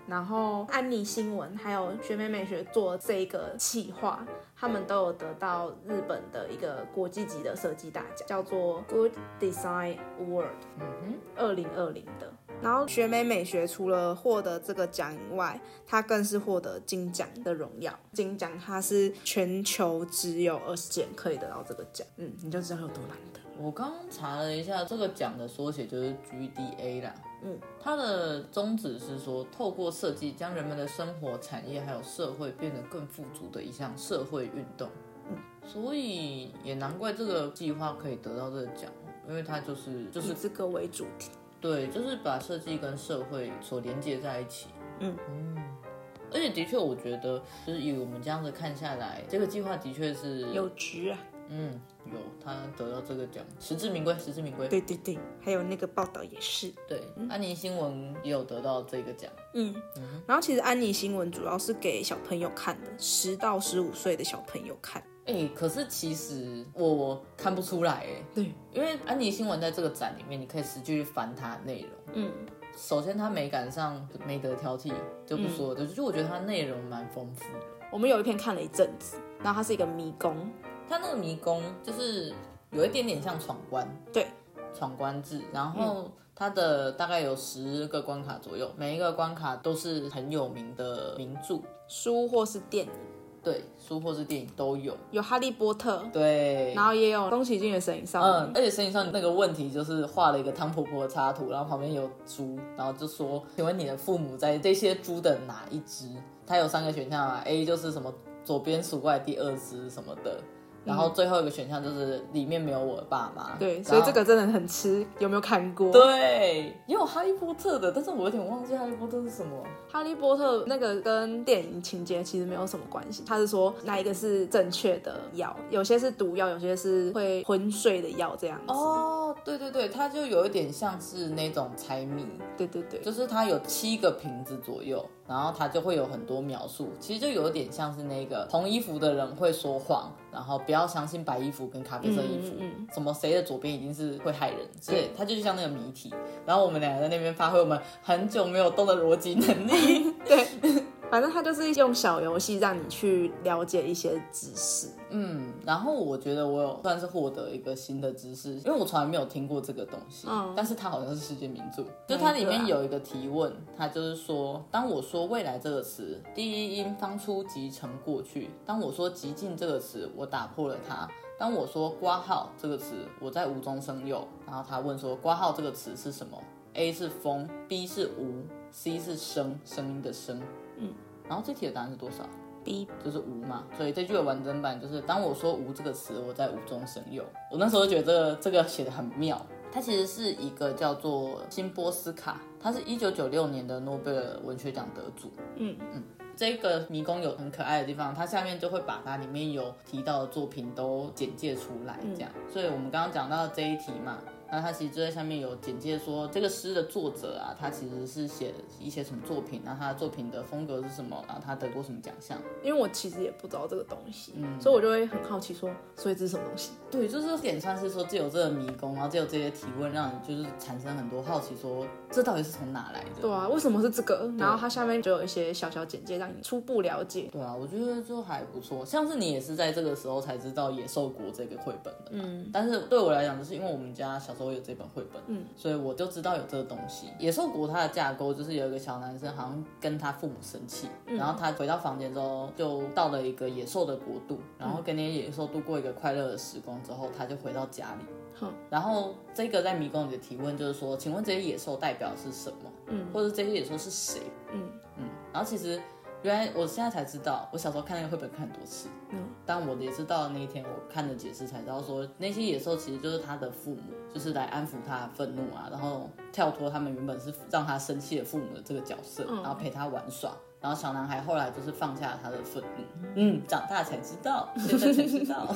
Speaker 2: 然后安妮新闻还有学妹美学做这个企划，他们都有得到日本的一个国际级的设计大奖，叫做 Good Design Award，嗯哼，二零二零的。然后学美美学除了获得这个奖以外，她更是获得金奖的荣耀。金奖它是全球只有二十件可以得到这个奖，嗯，你就知道有多难得。
Speaker 1: 我刚刚查了一下，这个奖的缩写就是 GDA 啦。嗯，它的宗旨是说，透过设计将人们的生活、产业还有社会变得更富足的一项社会运动。嗯，所以也难怪这个计划可以得到这个奖，因为它就是就
Speaker 2: 以
Speaker 1: 是
Speaker 2: 这个为主题，
Speaker 1: 对，就是把设计跟社会所连接在一起。嗯而且的确，我觉得就是以我们这样子看下来，这个计划的确是
Speaker 2: 有局啊。
Speaker 1: 嗯有他得到这个奖，实至名归，实至名归。
Speaker 2: 对对嗯对，还有那个报道也是。
Speaker 1: 对，安妮新闻也有得到这个奖。
Speaker 2: 然后其实安妮新闻主要是给小朋友看的，十到十五岁的小朋友看。
Speaker 1: 哎、可是其实我看不出来哎，
Speaker 2: 对，
Speaker 1: 因为安妮新闻在这个展里面，你可以实际去翻它的内容。
Speaker 2: 嗯，
Speaker 1: 首先它美感上没得挑剔，就不说，
Speaker 2: 嗯
Speaker 1: 就、就我觉得它内容蛮丰富的。
Speaker 2: 我们有一篇看了一阵子，然后它是一个迷宫，
Speaker 1: 它那个迷宫就是有一点点像闯关，
Speaker 2: 对，
Speaker 1: 闯关制，然后嗯它的大概有十个关卡左右，每一个关卡都是很有名的名著，
Speaker 2: 书或是电影，
Speaker 1: 对，书或是电影都有，
Speaker 2: 有《哈利波特》，
Speaker 1: 对，
Speaker 2: 然后也有宫崎骏的《神隐少女》
Speaker 1: 嗯，而且生意上那个问题就是画了一个汤婆婆的插图，然后旁边有猪，然后就说：“嗯请问你的父母在这些猪的哪一只？”它有三个选项 *laughs* 啊，A 就是什么左边数过来第二只什么的，然后最后一个选项就是里面没有我的爸妈。
Speaker 2: 对，
Speaker 1: 然后
Speaker 2: 所以这个真的很吃，有没有看过？
Speaker 1: 对也有哈利波特的，但是我有点忘记哈利波特是什么。
Speaker 2: 哈利波特那个跟电影情节其实没有什么关系，他是说哪一个是正确的药，有些是毒药，有些是会昏睡的药这样子。
Speaker 1: 哦，对对对，它就有一点像是那种猜谜，
Speaker 2: 对对对，
Speaker 1: 就是它有七个瓶子左右，然后它就会有很多描述，其实就有点像是那个红衣服的人会说谎，然后不要相信白衣服跟咖啡色衣服，
Speaker 2: 嗯嗯
Speaker 1: 什么谁的左边一定是会害人之类的，它就是像那个谜题。然后我们两个在那边发挥我们很久没有动的逻辑能力，
Speaker 2: 反正他就是用小游戏让你去了解一些知识。
Speaker 1: 嗯，然后我觉得我有算是获得一个新的知识，因为我从来没有听过这个东西，
Speaker 2: 嗯
Speaker 1: 但是它好像是世界名著，就它里面有一个提问，它就是说，当我说未来这个词，第一音当初即成过去，当我说极尽这个词，我打破了它。当我说“挂号”这个词，我在无中生有。然后他问说：“挂号这个词是什么？”A 是风，B 是无，C 是声，声音的声。嗯，然后这题的答案是多少？
Speaker 2: B
Speaker 1: 就是无嘛，所以这句的完整版就是当我说无这个词，我在无中生有。我那时候就觉得这个写的很妙，它其实是一个叫做辛波斯卡，他是一九九六年的诺贝尔文学奖得主。
Speaker 2: 嗯
Speaker 1: 嗯。这个迷宫有很可爱的地方，它下面就会把它里面有提到的作品都简介出来，这样。所以我们刚刚讲到这一题嘛，那他其实就在下面有简介说这个诗的作者啊，他其实是写一些什么作品，那他的作品的风格是什么，然后他得过什么奖项。
Speaker 2: 因为我其实也不知道这个东西，所以我就会很好奇说，所以这是什么东西？
Speaker 1: 对，就是有点像是说借由这个迷宫，然后借由这些提问，让你就是产生很多好奇说，这到底是从哪来的？
Speaker 2: 对啊，为什么是这个？然后它下面就有一些小小简介，让你初步了解。
Speaker 1: 对啊，我觉得就还不错。像是你也是在这个时候才知道《野兽国》这个绘本的嘛。嗯。但是对我来讲，就是因为我们家小时候有这本绘本，嗯，所以我就知道有这个东西。《野兽国》它的架构就是有一个小男生好像跟他父母生气，然后他回到房间之后，就到了一个野兽的国度，然后跟那些野兽度过一个快乐的时光之后，他就回到家里。
Speaker 2: 好
Speaker 1: 然后这个在迷宫里的提问就是说，请问这些野兽代表是什么？嗯，或者这些野兽是谁？
Speaker 2: 嗯
Speaker 1: 嗯。然后其实原来我现在才知道，我小时候看那个绘本看很多次，
Speaker 2: 嗯，
Speaker 1: 但我也知道那一天我看的解释才知道说，那些野兽其实就是他的父母，就是来安抚他的愤怒啊，然后跳脱他们原本是让他生气的父母的这个角色，
Speaker 2: 嗯
Speaker 1: 然后陪他玩耍。然后小男孩后来就是放下他的愤怒，嗯，长大才知道，现在才知
Speaker 2: *laughs*
Speaker 1: 道。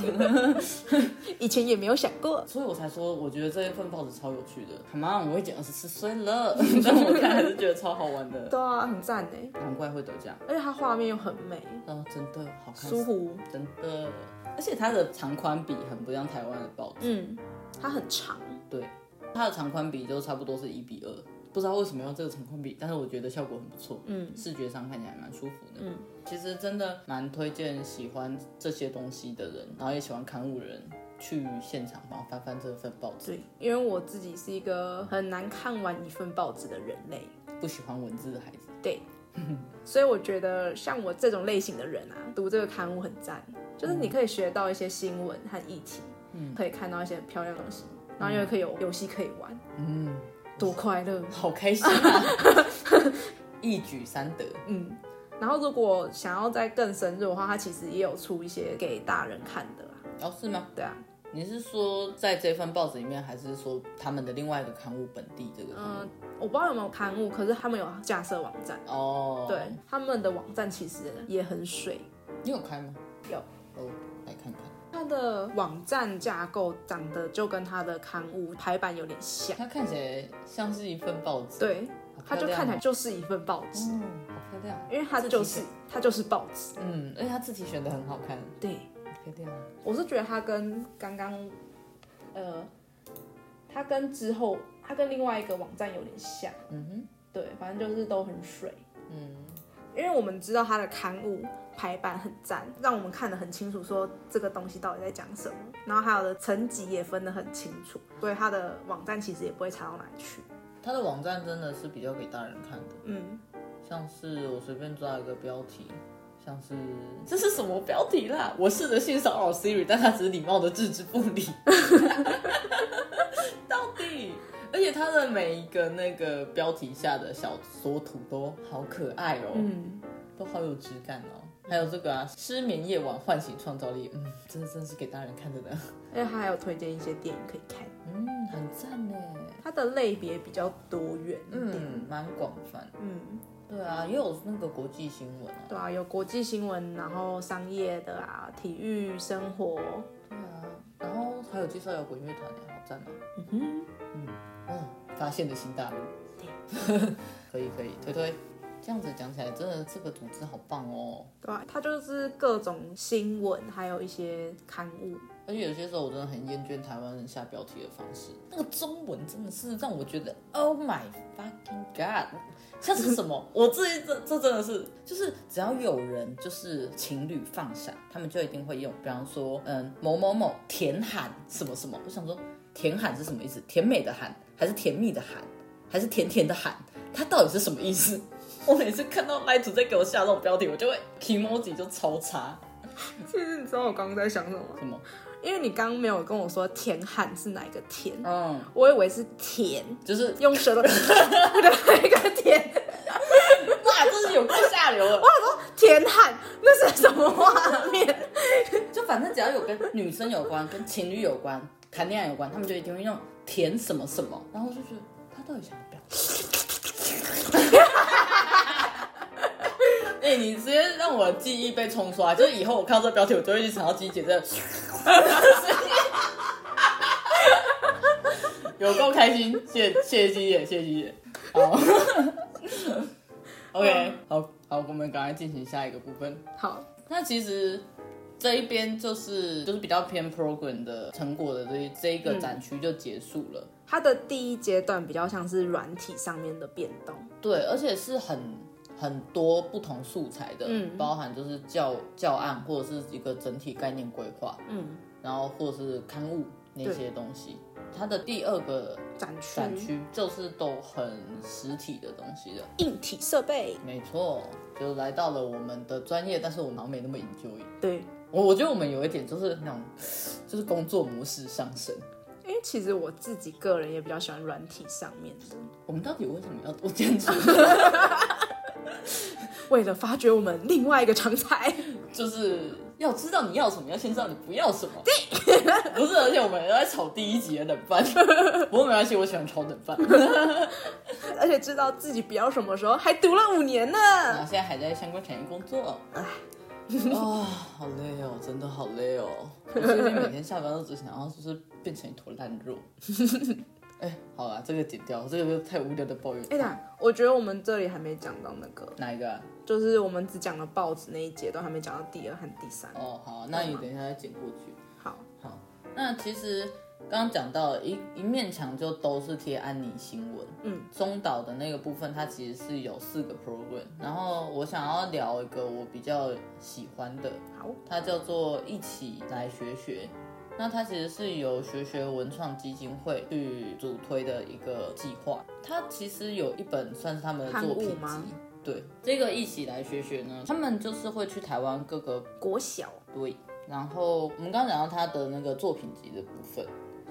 Speaker 2: 以前也没有想过。
Speaker 1: 所以我才说，我觉得这一份报纸超有趣的。come on，我已经二十四岁了， *laughs* 但我看还是觉得超好玩的，
Speaker 2: 对啊，很赞哎，
Speaker 1: 难怪会得奖。
Speaker 2: 而且它画面又很美，
Speaker 1: 哦，真的好看，
Speaker 2: 舒服。
Speaker 1: 真的。而且它的长宽比很不像台湾的报纸，
Speaker 2: 嗯，它很长。
Speaker 1: 对，它的长宽比就差不多是一比二。不知道为什么要这个长宽比，但是我觉得效果很不错，
Speaker 2: 嗯，
Speaker 1: 视觉上看起来蛮舒服的。
Speaker 2: 嗯，
Speaker 1: 其实真的蛮推荐喜欢这些东西的人，然后也喜欢刊物的人去现场，然后翻翻这份报纸。
Speaker 2: 对，因为我自己是一个很难看完一份报纸的人类，
Speaker 1: 不喜欢文字的孩子。
Speaker 2: 对，
Speaker 1: *laughs*
Speaker 2: 所以我觉得像我这种类型的人啊，读这个刊物很赞，就是
Speaker 1: 嗯
Speaker 2: 你可以学到一些新闻和议题，嗯，可以看到一些很漂亮的东西，然后又可以有游戏可以玩，
Speaker 1: 嗯，
Speaker 2: 多快乐。
Speaker 1: 好开心
Speaker 2: *laughs*
Speaker 1: 啊！一举三得，
Speaker 2: 嗯，然后如果想要再更深入的话，它其实也有出一些给大人看的啦。
Speaker 1: 哦，是吗？
Speaker 2: 对啊，
Speaker 1: 你是说在这份报纸里面，还是说他们的另外一个刊物《本地》这个刊物？
Speaker 2: 嗯，我不知道有没有刊物，可是他们有架设网站，
Speaker 1: 哦，
Speaker 2: 嗯对，，他们的网站其实也很水。
Speaker 1: 你有开吗？
Speaker 2: 有，
Speaker 1: 哦，来看看。
Speaker 2: 它的网站架构长得就跟它的刊物排版有点像，
Speaker 1: 它看起来像是一份报纸，
Speaker 2: 对，
Speaker 1: 好
Speaker 2: 它
Speaker 1: 漂亮哦
Speaker 2: 就看起来就是一份报纸，
Speaker 1: 嗯，好漂亮。
Speaker 2: 因为它就是它就是报纸。
Speaker 1: 嗯，而且它字体选的很好看，
Speaker 2: 对，
Speaker 1: 好漂亮。
Speaker 2: 我是觉得它跟刚刚，呃，它跟之后它跟另外一个网站有点像。
Speaker 1: 嗯
Speaker 2: 对，反正就是都很水。
Speaker 1: 哼，嗯，
Speaker 2: 因为我们知道它的刊物排版很赞，让我们看得很清楚，说这个东西到底在讲什么。然后还有的层级也分得很清楚，所以它的网站其实也不会差到哪里去。
Speaker 1: 它的网站真的是比较给大人看的，
Speaker 2: 嗯，
Speaker 1: 像是我随便抓一个标题。像是这是什么标题啦？我试着性骚扰 Siri，但他只是礼貌的置之不 *laughs* 理。到底，而且他的每一个那个标题下的小缩图都好可爱哦，
Speaker 2: 嗯，
Speaker 1: 都好有质感哦。还有这个啊，失眠夜晚唤醒创造力，嗯，真的真的是给大人看的呢，
Speaker 2: 而且它还有推荐一些电影可以看，
Speaker 1: 嗯，很赞呢，
Speaker 2: 它的类别比较多元一点。
Speaker 1: 嗯，蛮广泛。
Speaker 2: 嗯，
Speaker 1: 对啊，也有那个国际新闻啊，
Speaker 2: 对啊，有国际新闻，然后商业的啊，体育、生活，
Speaker 1: 对啊，然后还有介绍摇滚乐团耶，好赞哦！
Speaker 2: 嗯哼，
Speaker 1: 哦，发现的新大陆。 *laughs* 可以可以，推推。这样子讲起来，真的这个组织好棒哦。
Speaker 2: 对啊，它就是各种新闻，还有一些刊物。
Speaker 1: 而且有些时候我真的很厌倦台湾人下标题的方式，那个中文真的是让我觉得 Oh my fucking god，像是什么？我这这这真的是，就是只要有人就是情侣放闪，他们就一定会用，比方说嗯某某某甜喊什么什么，我想说甜喊是什么意思？甜美的喊还是甜蜜的喊还是甜甜的喊？它到底是什么意思？我每次看到赖主在给我下这种标题，我就会 emoji 就超差，
Speaker 2: 其实你知道我刚刚在想什么吗？
Speaker 1: 什么？
Speaker 2: 因为你刚刚没有跟我说甜汉是哪一个甜，
Speaker 1: 嗯，
Speaker 2: 我以为是甜，
Speaker 1: 就是
Speaker 2: 用舌头 *laughs* 的那个甜，
Speaker 1: 哇，真是有够下流了！
Speaker 2: 甜汉那是什么画面？
Speaker 1: *laughs* 就反正只要有跟女生有关、跟情侣有关、谈恋爱有关，他们就一定会用甜什么什么，然后我就觉得他到底想要表达。 *laughs* 哎、你直接让我的记忆被冲刷，就是以后我看到这标题，我就会去想到鸡姐这个声音。有够开心，谢谢谢姐，谢谢姐。好 *laughs* ，OK，好好，我们赶快进行下一个部分。
Speaker 2: 好，
Speaker 1: 那其实这一边就是就是比较偏 program 的成果的这一这一
Speaker 2: 嗯
Speaker 1: 个展区就结束了。
Speaker 2: 它的第一阶段比较像是软体上面的变动，
Speaker 1: 对，而且是很很多不同素材的，
Speaker 2: 嗯
Speaker 1: 包含就是教教案或者是一个整体概念规划，
Speaker 2: 嗯，
Speaker 1: 然后或者是刊物那些东西。它的第二个
Speaker 2: 展区、
Speaker 1: 展区就是都很实体的东西了，
Speaker 2: 硬体设备，
Speaker 1: 没错，就来到了我们的专业，但是我们好像没那么 enjoy。
Speaker 2: 对。
Speaker 1: 我我觉得我们有一点就是那种，就是工作模式上升。
Speaker 2: 因为其实我自己个人也比较喜欢软体上面的，
Speaker 1: 我们到底为什么要多坚持？
Speaker 2: 为了发掘我们另外一个长 *laughs* 才。
Speaker 1: 就是要知道你要什么，要先知道你不要什么。 *laughs* 不是，而且我们在吵第一集的冷饭，不过没关系，我喜欢炒冷饭。
Speaker 2: 而且知道自己不要什么时候，还读了五年呢。
Speaker 1: 然后现在还在相关产业工作，唉，哦，好累哦，真的好累哦。我最近每天下班都只想要就是变成一坨烂肉。哎，好啦，这个剪掉，这个太无聊的抱怨。
Speaker 2: 哎、呀，我觉得我们这里还没讲到那个，
Speaker 1: 哪一个啊、
Speaker 2: 就是我们只讲了报纸那一阶段，还没讲到第二和第三。
Speaker 1: 哦，好，那你等一下再剪过去。
Speaker 2: 好，
Speaker 1: 好，那其实刚刚讲到一一面墙就都是贴安妮新闻，
Speaker 2: 嗯，
Speaker 1: 中岛的那个部分它其实是有四个 program，然后我想要聊一个我比较喜欢的，
Speaker 2: 好，
Speaker 1: 它叫做一起来学学。那它其实是由学学文创基金会去主推的一个计划，它其实有一本算是他们的
Speaker 2: 刊
Speaker 1: 作
Speaker 2: 物
Speaker 1: 品
Speaker 2: 吗
Speaker 1: 集。对，这个一起来学学呢，他们就是会去台湾各个
Speaker 2: 国小，
Speaker 1: 对，然后我们刚刚讲到他的那个作品集的部分，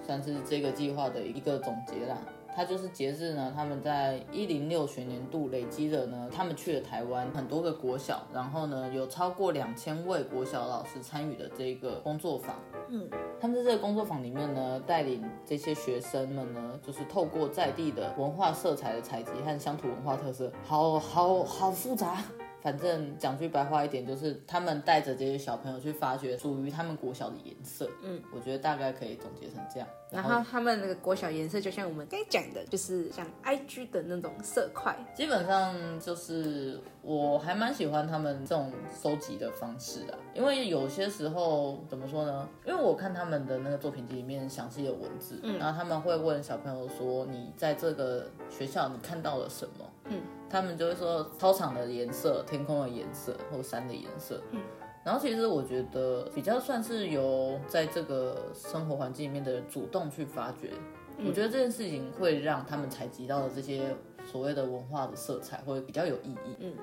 Speaker 1: 算是这个计划的一个总结啦。它就是截至呢，他们在一零六学年度累积的呢，他们去了台湾很多个国小，然后呢有超过两千位国小老师参与的这个工作坊。
Speaker 2: 嗯，
Speaker 1: 他们在这个工作坊里面呢，带领这些学生们呢，就是透过在地的文化色彩的采集和乡土文化特色，好好好复杂。反正讲句白话一点，就是他们带着这些小朋友去发掘属于他们国小的颜色。嗯，我觉得大概可以总结成这样。
Speaker 2: 然后他们那个国小颜色就像我们刚才讲的，就是像 IG 的那种色块。
Speaker 1: 基本上就是我还蛮喜欢他们这种收集的方式啊，因为有些时候怎么说呢？因为我看他们的那个作品集里面详细的文字，然后他们会问小朋友说：“你在这个学校你看到了什么？”
Speaker 2: 嗯，
Speaker 1: 他们就会说操场的颜色、天空的颜色或山的颜色。嗯。然后其实我觉得比较算是由在这个生活环境里面的人主动去发掘，
Speaker 2: 嗯
Speaker 1: 我觉得这件事情会让他们采集到的这些所谓的文化的色彩会比较有意义。
Speaker 2: 嗯，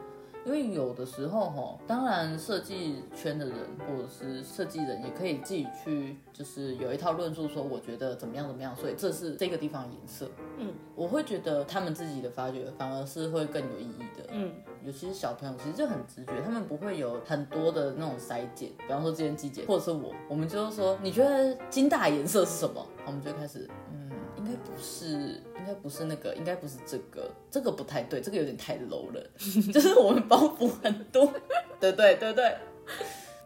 Speaker 1: 因为有的时候哈，当然设计圈的人或者是设计人也可以自己去，就是有一套论述说我觉得怎么样怎么样，所以这是这个地方的颜色。
Speaker 2: 嗯，
Speaker 1: 我会觉得他们自己的发掘反而是会更有意义的。
Speaker 2: 嗯，
Speaker 1: 尤其是小朋友，其实就很直觉，他们不会有很多的那种筛检。比方说之前季姐或者是我，我们就说你觉得金大颜色是什么？我们就开始，嗯，应该不是，应该不是那个，应该不是这个，这个不太对，这个有点太 low 了， *laughs* 就是我们包袱很多。对对对对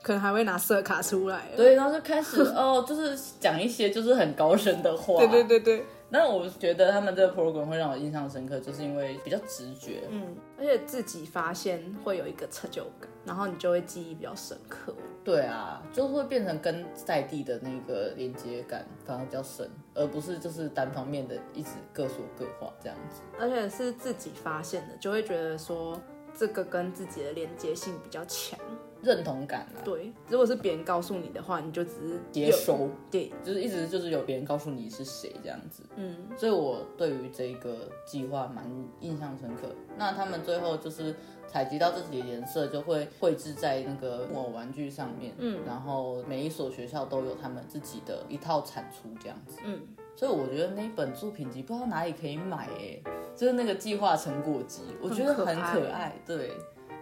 Speaker 2: 可能还会拿色卡出来。
Speaker 1: 对，然后就开
Speaker 2: *laughs*
Speaker 1: 始哦，就是讲一些就是很高深的话。
Speaker 2: 对对对对，
Speaker 1: 那我觉得他们这个 program 会让我印象深刻，就是因为比较直觉。
Speaker 2: 嗯，而且自己发现会有一个成就感，然后你就会记忆比较深刻。
Speaker 1: 对啊，就会变成跟在地的那个连接感反而比较深，而不是就是单方面的一直各说各话这样子。
Speaker 2: 而且是自己发现的，就会觉得说这个跟自己的连接性比较强。
Speaker 1: 认同感啊，
Speaker 2: 对，如果是别人告诉你的话，你就只是
Speaker 1: 接收，
Speaker 2: 对，
Speaker 1: 就是一直就是有别人告诉你是谁这样子。
Speaker 2: 嗯
Speaker 1: 所以我对于这个计划蛮印象深刻。那他们最后就是采集到自己的颜色，就会绘制在那个木偶玩具上面。嗯，然后每一所学校都有他们自己的一套产出这样子。
Speaker 2: 嗯，
Speaker 1: 所以我觉得那本作品集不知道哪里可以买哎、就是那个计划成果集，我觉得很
Speaker 2: 很
Speaker 1: 可
Speaker 2: 可爱
Speaker 1: 爱。对，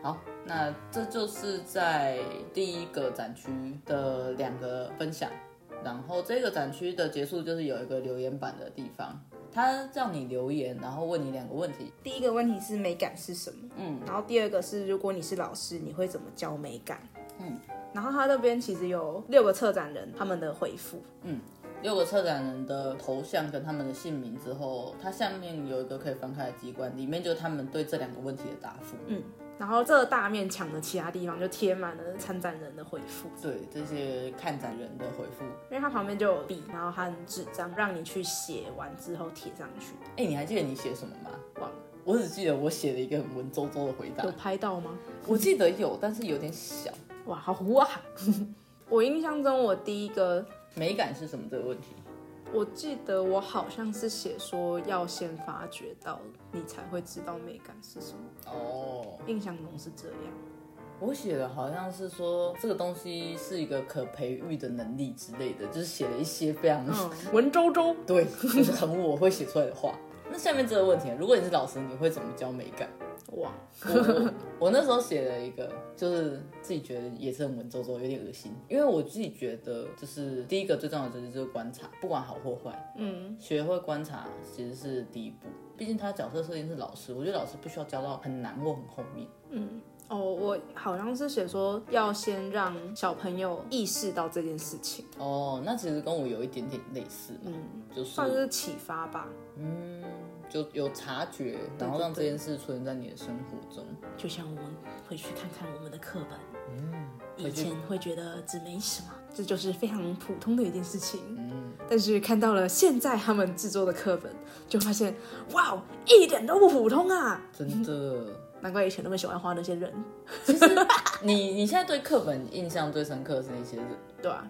Speaker 1: 好，那这就是在第一个展区的两个分享，然后这个展区的结束就是有一个留言板的地方，它让你留言，然后问你两个问题。
Speaker 2: 第一个问题是美感是什么？嗯，然后第二个是如果你是老师，你会怎么教美感？嗯，然后他那边其实有六个策展人他们的回复，
Speaker 1: 六个策展人的头像跟他们的姓名之后，它下面有一个可以翻开的机关，里面就是他们对这两个问题的答复。嗯，
Speaker 2: 然后这大面墙的其他地方就贴满了参展人的回复，
Speaker 1: 对这些看展人的回复。
Speaker 2: 因为它旁边就有笔，然后和纸张，让你去写完之后贴上去。
Speaker 1: 哎，你还记得你写什么吗？
Speaker 2: 忘了
Speaker 1: 我只记得我写了一个很文绉绉的回答
Speaker 2: 有，拍到吗？
Speaker 1: 我记得有，但是有点小。
Speaker 2: 哇， *laughs* 好糊啊！我印象中我第一个，
Speaker 1: 美感是什么这个问题？
Speaker 2: 我记得我好像是写说要先发觉到你才会知道美感是什么，
Speaker 1: 哦，
Speaker 2: 印象中是这样。
Speaker 1: 我写的好像是说这个东西是一个可培育的能力之类的，就是写了一些非常、
Speaker 2: 嗯，文绉绉，
Speaker 1: *laughs* 对，就是很我会写出来的话。那下面这个问题，如果你是老师，你会怎么教美感？
Speaker 2: 哇，
Speaker 1: 我我那时候写了一个，就是自己觉得也是很文绉绉，有点恶心。因为我自己觉得，就是第一个最重要的就是观察，不管好或坏，
Speaker 2: 嗯，
Speaker 1: 学会观察其实是第一步。毕竟他角色设定是老师，我觉得老师不需要教到很难或很后面。
Speaker 2: 哦，我好像是写说要先让小朋友意识到这件事情，
Speaker 1: 哦，那其实跟我有一点点类似嘛，
Speaker 2: 嗯，
Speaker 1: 就是
Speaker 2: 算是启发吧，
Speaker 1: 嗯，就有察觉，然后让这件事出现在你的生活中。
Speaker 2: 就像我们回去看看我们的课本，
Speaker 1: 以嗯回去前
Speaker 2: 会觉得这没什么，这就是非常普通的一件事情。
Speaker 1: 嗯，
Speaker 2: 但是看到了现在他们制作的课本，就发现哇，哦，一点都不普通啊！
Speaker 1: 真的。
Speaker 2: 难怪以前那么喜欢画那些人，
Speaker 1: 其实你你现在对课本印象最深刻的是那些人。
Speaker 2: 对啊，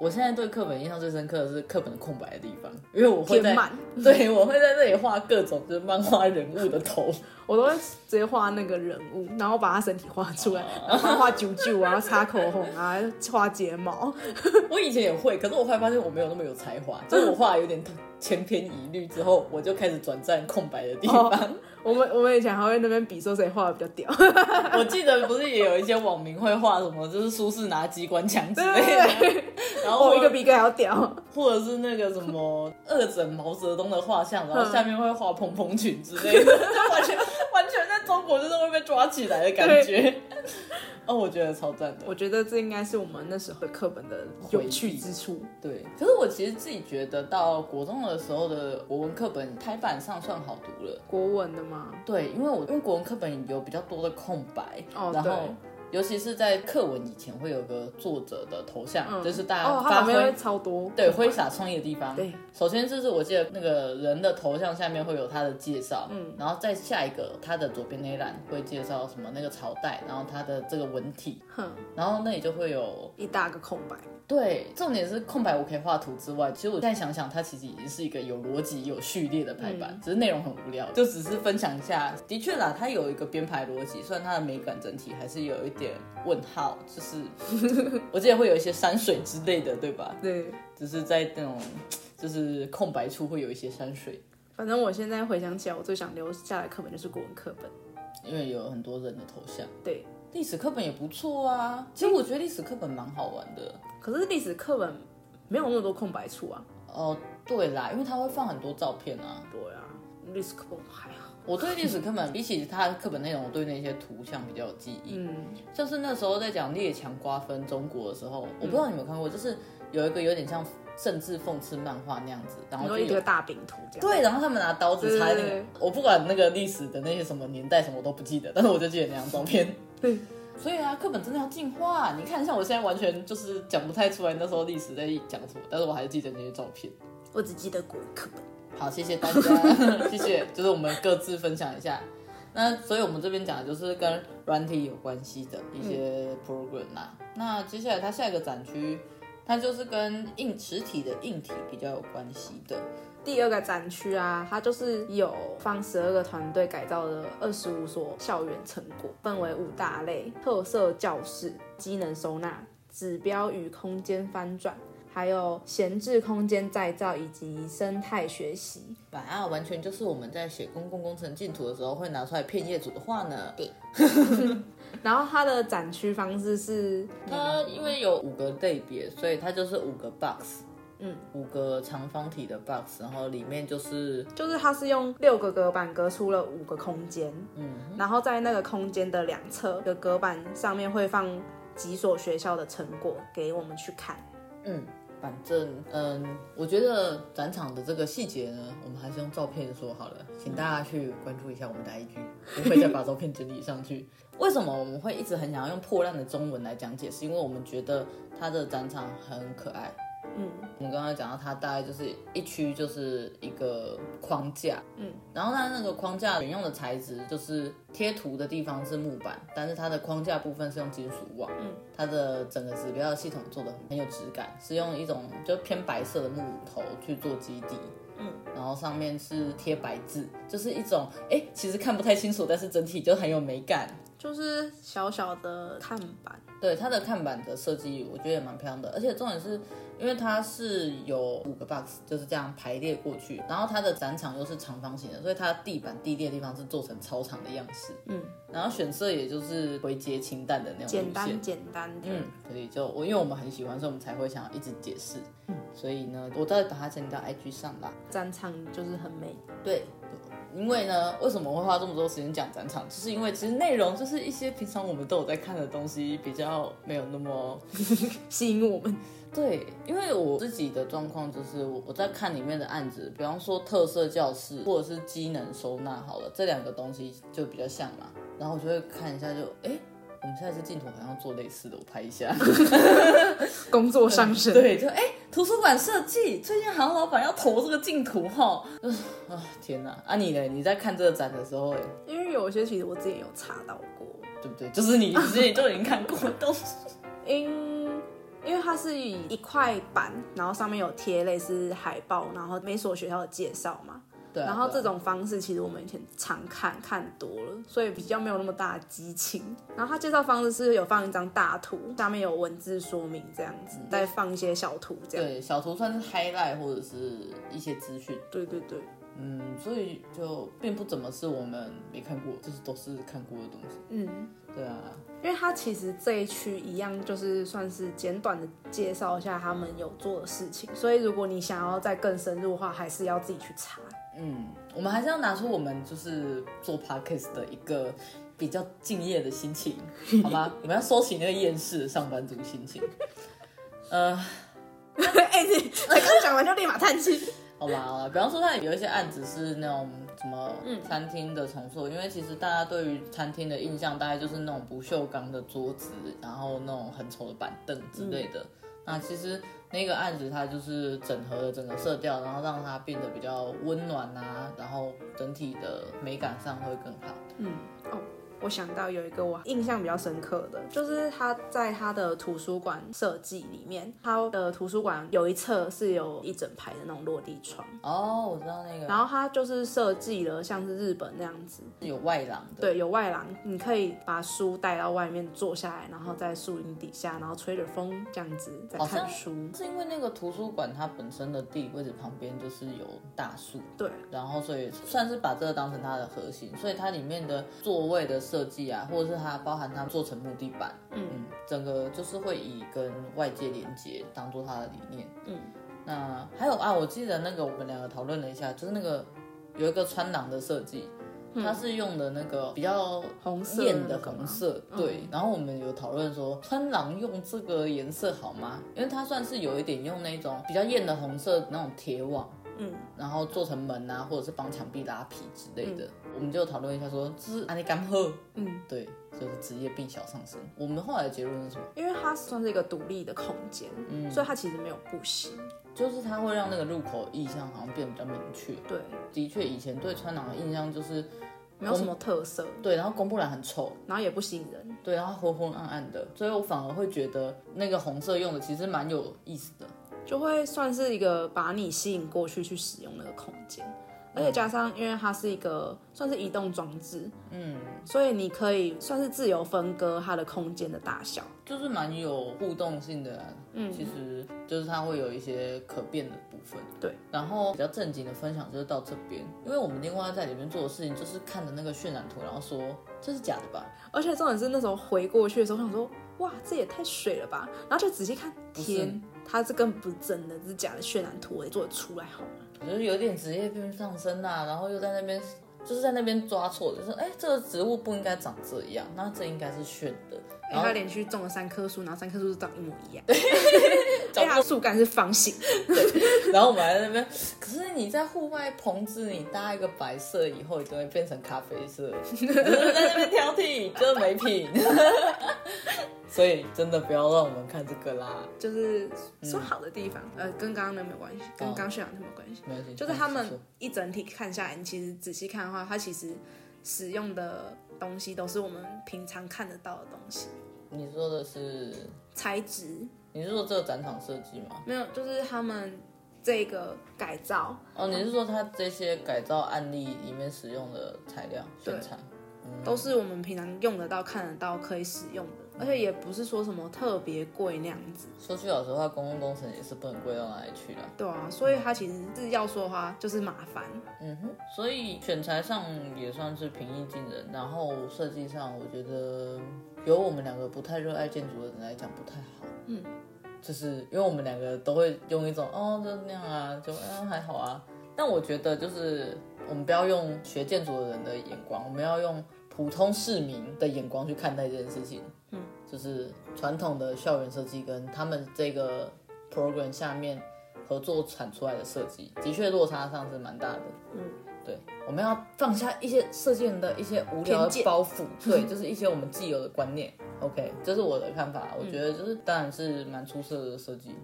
Speaker 1: 我现在对课本印象最深刻的是课本的空白的地方，因为我会
Speaker 2: 填
Speaker 1: 在
Speaker 2: 满，
Speaker 1: *laughs* 对我会在那里画各种就是漫画人物的 *laughs* 头，
Speaker 2: 我都会直接画那个人物，然后把他身体画出来，
Speaker 1: 哦
Speaker 2: 然后画啾啾啊， *laughs* 擦口红啊，画睫毛，
Speaker 1: 我以前也会，可是我后来发现我没有那么有才华，就是我画得有点千篇一律之后，我就开始转战空白的地 *laughs* 方。
Speaker 2: 我们我们以前还会那边比说谁画的比较屌，
Speaker 1: 我记得不是也有一些网民会画什么，就是苏轼拿机关枪之类的，然后
Speaker 2: *laughs* 我
Speaker 1: 我
Speaker 2: 一个比一个还要屌，
Speaker 1: 或者是那个什么二整毛泽东的画像，然后
Speaker 2: 嗯
Speaker 1: 下面会画蓬蓬裙之类 *laughs* 的，就完全完全在中国就是会被抓起来的感觉。 *laughs* 哦，我觉得超赞的。
Speaker 2: 我觉得这应该是我们那时候的课本的有趣之处。
Speaker 1: 对，可是我其实自己觉得到国中的时候的国文课本排版上算好读了。
Speaker 2: 国文的嘛，
Speaker 1: 对，因为我因为国文课本有比较多的空白，
Speaker 2: 哦
Speaker 1: 然
Speaker 2: 对
Speaker 1: 后。尤其是在课文以前会有个作者的头像，
Speaker 2: 嗯，
Speaker 1: 就是大家，
Speaker 2: 哦它
Speaker 1: 发
Speaker 2: 旁
Speaker 1: 挥、
Speaker 2: 边会超多，
Speaker 1: 对，挥洒创意的地方。
Speaker 2: 对，
Speaker 1: 首先就是我记得那个人的头像下面会有他的介绍，嗯，然后再下一个他的左边那一栏会介绍什么那个朝代，然后他的这个文体，
Speaker 2: 哼，
Speaker 1: 然后那里就会有
Speaker 2: 一大个空白。
Speaker 1: 对，重点是空白我可以画图之外，其实我现在想想，它其实已经是一个有逻辑、有序列的排版，只是内容很无聊，嗯就只是分享一下。的确啦，它有一个编排逻辑，虽然它的美感整体还是有一点问号，就是 *laughs* 我记得会有一些山水之类的，对吧？
Speaker 2: 对，
Speaker 1: 只是在那种就是空白处会有一些山水，
Speaker 2: 反正我现在回想起来，我最想留下来的课本就是国文课本。
Speaker 1: 因为有很多人的头像。
Speaker 2: 对，
Speaker 1: 历史课本也不错啊，其实我觉得历史课本蛮好玩的。
Speaker 2: 可是历史课本没有那么多空白处啊。
Speaker 1: 哦，对啦，因为它会放很多照片啊。
Speaker 2: 对啊，历史课本还好。
Speaker 1: 我对历史课本比起它的课本内容，我对那些图像比较有记忆。
Speaker 2: 嗯，
Speaker 1: 像是那时候在讲列强瓜分中国的时候，我不知道你们有没有看过，就是有一个有点像政治讽刺漫画那样子，然
Speaker 2: 你
Speaker 1: 后就
Speaker 2: 说一
Speaker 1: 有
Speaker 2: 个大饼图这样。
Speaker 1: 对，然后他们拿刀子插那
Speaker 2: 对对
Speaker 1: 个
Speaker 2: 对，
Speaker 1: 我不管那个历史的那些什么年代什么我都不记得，但是我就记得那张照片。
Speaker 2: 对，
Speaker 1: *laughs* 所以啊，课本真的要进化。啊你看，像我现在完全就是讲不太出来那时候历史在讲什么，但是我还是记得那些照片。
Speaker 2: 我只记得国文课本。
Speaker 1: 好，谢谢大家，谢谢，就是我们各自分享一下。那所以我们这边讲的就是跟软体有关系的一些 program 啦、那接下来它下一个展区，它就是跟硬实体的硬体比较有关系的。
Speaker 2: 第二个展区啊，它就是有放十二个团队改造的二十五所校园成果，分为五大类：特色教室、机能收纳、指标与空间翻转，还有闲置空间再造以及生态学习。
Speaker 1: 版啊，完全就是我们在写公共工程进图的时候会拿出来骗业主的话呢。
Speaker 2: 然后它的展区方式是，
Speaker 1: 它因为有五个类别，所以它就是五个 box，
Speaker 2: 嗯，
Speaker 1: 五个长方体的 box，然后里面就是
Speaker 2: 就是它是用六个隔板隔出了五个空间，
Speaker 1: 嗯
Speaker 2: 然后在那个空间的两侧的隔板上面会放几所学校的成果给我们去看。
Speaker 1: 嗯，反正嗯，我觉得展场的这个细节呢，我们还是用照片说好了，请大家去关注一下我们的 IG，我会再把照片整理上去。 *laughs* 为什么我们会一直很想要用破烂的中文来讲解？是因为我们觉得它的展场很可爱。
Speaker 2: 嗯，
Speaker 1: 我们刚刚讲到，它大概就是一区就是一个框架，
Speaker 2: 嗯，
Speaker 1: 然后它那个框架选用的材质就是贴图的地方是木板，但是它的框架部分是用金属网，
Speaker 2: 嗯，
Speaker 1: 它的整个指标的系统做的很有质感，是用一种就偏白色的木头去做基底，
Speaker 2: 嗯，
Speaker 1: 然后上面是贴白字，就是一种哎其实看不太清楚，但是整体就很有美感。
Speaker 2: 就是小小的看板。
Speaker 1: 对它的看板的设计，我觉得也蛮漂亮的，而且重点是因为它是有五个 box 就是这样排列过去，然后它的展场又是长方形的，所以它地板地垫的地方是做成操场的样式，
Speaker 2: 嗯，
Speaker 1: 然后选色也就是回接清淡的那种
Speaker 2: 简
Speaker 1: 路嗯线
Speaker 2: 单。简单的。
Speaker 1: 嗯，所以就我因为我们很喜欢，所以我们才会想要一直解释。嗯，所以呢，我再把它整理到 IG 上啦。
Speaker 2: 战场就是很美。
Speaker 1: 对，因为呢，为什么会花这么多时间讲展场？就是因为其实内容就是一些平常我们都有在看的东西，比较没有那么
Speaker 2: 吸引我们。 *laughs*
Speaker 1: 对，因为我自己的状况就是，我我在看里面的案子，比方说特色教室或者是机能收纳，好了，这两个东西就比较像嘛。然后我就会看一下就，诶，我们下一次镜头好像做类似的，我拍一下。 *laughs*
Speaker 2: 工作上升，
Speaker 1: 对，就诶，图书馆设计最近好像老板要投这个净土哈。就是 *sighs* 啊，天哪！啊你嘞？你在看这个展的时候，
Speaker 2: 因为有些其实我之前有查到过，
Speaker 1: 对不对？就是你之前就已经看过的东西。 *laughs*
Speaker 2: 因因为它是以一块板，然后上面有贴类似海报，然后每所学校的介绍嘛。
Speaker 1: 对啊、
Speaker 2: 然后
Speaker 1: 对
Speaker 2: 这
Speaker 1: 啊
Speaker 2: 种方式其实我们以前常看看多了，所以比较没有那么大的激情。然后它介绍方式是有放一张大图，下面有文字说明这样
Speaker 1: 嗯
Speaker 2: 子，再放一些小图这样。
Speaker 1: 对小图算是 highlight 或者是一些资讯。
Speaker 2: 对对对，
Speaker 1: 嗯，所以就并不怎么是我们没看过，就是都是看过的东西。
Speaker 2: 嗯。
Speaker 1: 对啊，
Speaker 2: 因为它其实这一区一样，就是算是简短的介绍一下他们有做的事情，所以如果你想要再更深入的话，还是要自己去 *laughs* 查。
Speaker 1: 嗯，我们还是要拿出我们就是做 podcast 的一个比较敬业的心情，好吗？我们要收起那个厌世的上班族心情。呃，
Speaker 2: 哎、你才刚讲完就立马叹气。
Speaker 1: 好吧，好吧，比方说它有一些案子是那种什么
Speaker 2: 嗯
Speaker 1: 餐厅的重塑，因为其实大家对于餐厅的印象大概就是那种不锈钢的桌子，然后那种很丑的板凳之类的。
Speaker 2: 嗯
Speaker 1: 那其实那个案子它就是整合了整个色调，然后让它变得比较温暖啊，然后整体的美感上会更好。
Speaker 2: 嗯，哦，我想到有一个我印象比较深刻的，就是他在他的图书馆设计里面，他的图书馆有一侧是有一整排的那种落地窗，
Speaker 1: 哦，我知道那个
Speaker 2: 然后他就是设计了像是日本那样子，
Speaker 1: 有外廊的，
Speaker 2: 对，有外廊，你可以把书带到外面坐下来，然后在树荫底下，然后吹着风这样子在
Speaker 1: 好像
Speaker 2: 看书。
Speaker 1: 是因为那个图书馆它本身的地理位置旁边就是有大树，
Speaker 2: 对，
Speaker 1: 然后所以算是把这个当成它的核心，所以它里面的座位的设计啊，或者是它包含它做成木地板，
Speaker 2: 嗯
Speaker 1: 整个就是会以跟外界连接当做它的理念。
Speaker 2: 嗯，
Speaker 1: 那还有啊，我记得那个我们两个讨论了一下，就是那个有一个穿廊的设计。它是用的那个比较
Speaker 2: 红色
Speaker 1: 艳的
Speaker 2: 那个吗
Speaker 1: 红色，
Speaker 2: 嗯
Speaker 1: 对。然后我们有讨论说，穿廊用这个颜色好吗？因为它算是有一点用那种比较艳的红色那种铁网，
Speaker 2: 嗯，
Speaker 1: 然后做成门啊，或者是帮墙壁拉皮之类的。我们就讨论一下说，这是安利干喝，
Speaker 2: 嗯，
Speaker 1: 对，就是职业病小上升。我们后来的结论是什么？
Speaker 2: 因为它算是一个独立的空间，
Speaker 1: 嗯
Speaker 2: 所以它其实没有不行。
Speaker 1: 就是它会让那个入口意向好像变得比较明确。
Speaker 2: 对，
Speaker 1: 的确，以前对穿廊的印象就是
Speaker 2: 没有什么特色，
Speaker 1: 对，然后公布栏很丑，
Speaker 2: 然后也不吸引人。
Speaker 1: 对，然后昏昏暗暗的，所以我反而会觉得那个红色用的其实蛮有意思的。
Speaker 2: 就会算是一个把你吸引过去去使用那个空间，而且加上因为它是一个算是移动装置，
Speaker 1: 嗯，
Speaker 2: 所以你可以算是自由分割它的空间的大小。
Speaker 1: 就是蛮有互动性的、啊，嗯，其实就是它会有一些可变的部分，
Speaker 2: 对。
Speaker 1: 然后比较正经的分享就是到这边，因为我们另外在里面做的事情就是看着那个渲染图，然后说这是假的吧？
Speaker 2: 而且重点是那时候回过去的时候，我想说，哇，这也太水了吧！然后就仔细看，
Speaker 1: 不是
Speaker 2: 天，它这根本不是真的，这是假的渲染图，我也做得出来好吗？
Speaker 1: 就是有点职业病上升啊，然后又在那边就是在那边抓错，就是哎、这个植物不应该长这样，那这应该是炫的。然
Speaker 2: 哎他
Speaker 1: 后
Speaker 2: 连续种了三棵树，然后三棵树都长一模一样，
Speaker 1: *laughs*
Speaker 2: *laughs*
Speaker 1: 找
Speaker 2: 因为它的树干是方形，
Speaker 1: *laughs* 然后我们还在那边，可是你在户外棚子，你搭一个白色以后，你就会变成咖啡色，你就是在那边挑剔，就是没品。 *laughs* 所以真的不要让我们看这个啦，
Speaker 2: 就是说好的地方，呃，跟刚刚的没有关系，
Speaker 1: 嗯
Speaker 2: 跟
Speaker 1: 哦
Speaker 2: 刚刚炫阳的没有关系，
Speaker 1: 没关系
Speaker 2: 就是他们一整体看下来，你其实仔细看的话，它其实使用的东西都是我们平常看得到的东西，
Speaker 1: 你说的是，
Speaker 2: 材质
Speaker 1: 你是说这个展场设计吗？
Speaker 2: 没有，就是他们这个改造，
Speaker 1: 哦，你是说它这些改造案例里面使用的材料
Speaker 2: 对
Speaker 1: 选材？
Speaker 2: 都是我们平常用得到、看得到、可以使用的，而且也不是说什么特别贵那样子。
Speaker 1: 说句老实话，公共工程也是不能贵到哪里去啦。
Speaker 2: 对啊，所以它其实是要说的话就是麻烦，
Speaker 1: 嗯哼，所以选材上也算是平易近人，然后设计上我觉得有我们两个不太热爱建筑的人来讲不太好。嗯，就是因为我们两个都会用一种哦就那样啊，就嗯还好啊。但我觉得就是我们不要用学建筑的人的眼光，我们要用普通市民的眼光去看待这件事情。嗯，就是传统的校园设计跟他们这个 program 下面合作产出来的设计，的确落差上是蛮大的。
Speaker 2: 嗯
Speaker 1: 对，我们要放下一些射箭的一些无聊
Speaker 2: 偏
Speaker 1: 的
Speaker 2: 见
Speaker 1: 包袱，
Speaker 2: *laughs*
Speaker 1: 对，就是一些我们既有的观念。OK，这是我的看法，
Speaker 2: 嗯
Speaker 1: 我觉得就是当然是蛮出色的设计。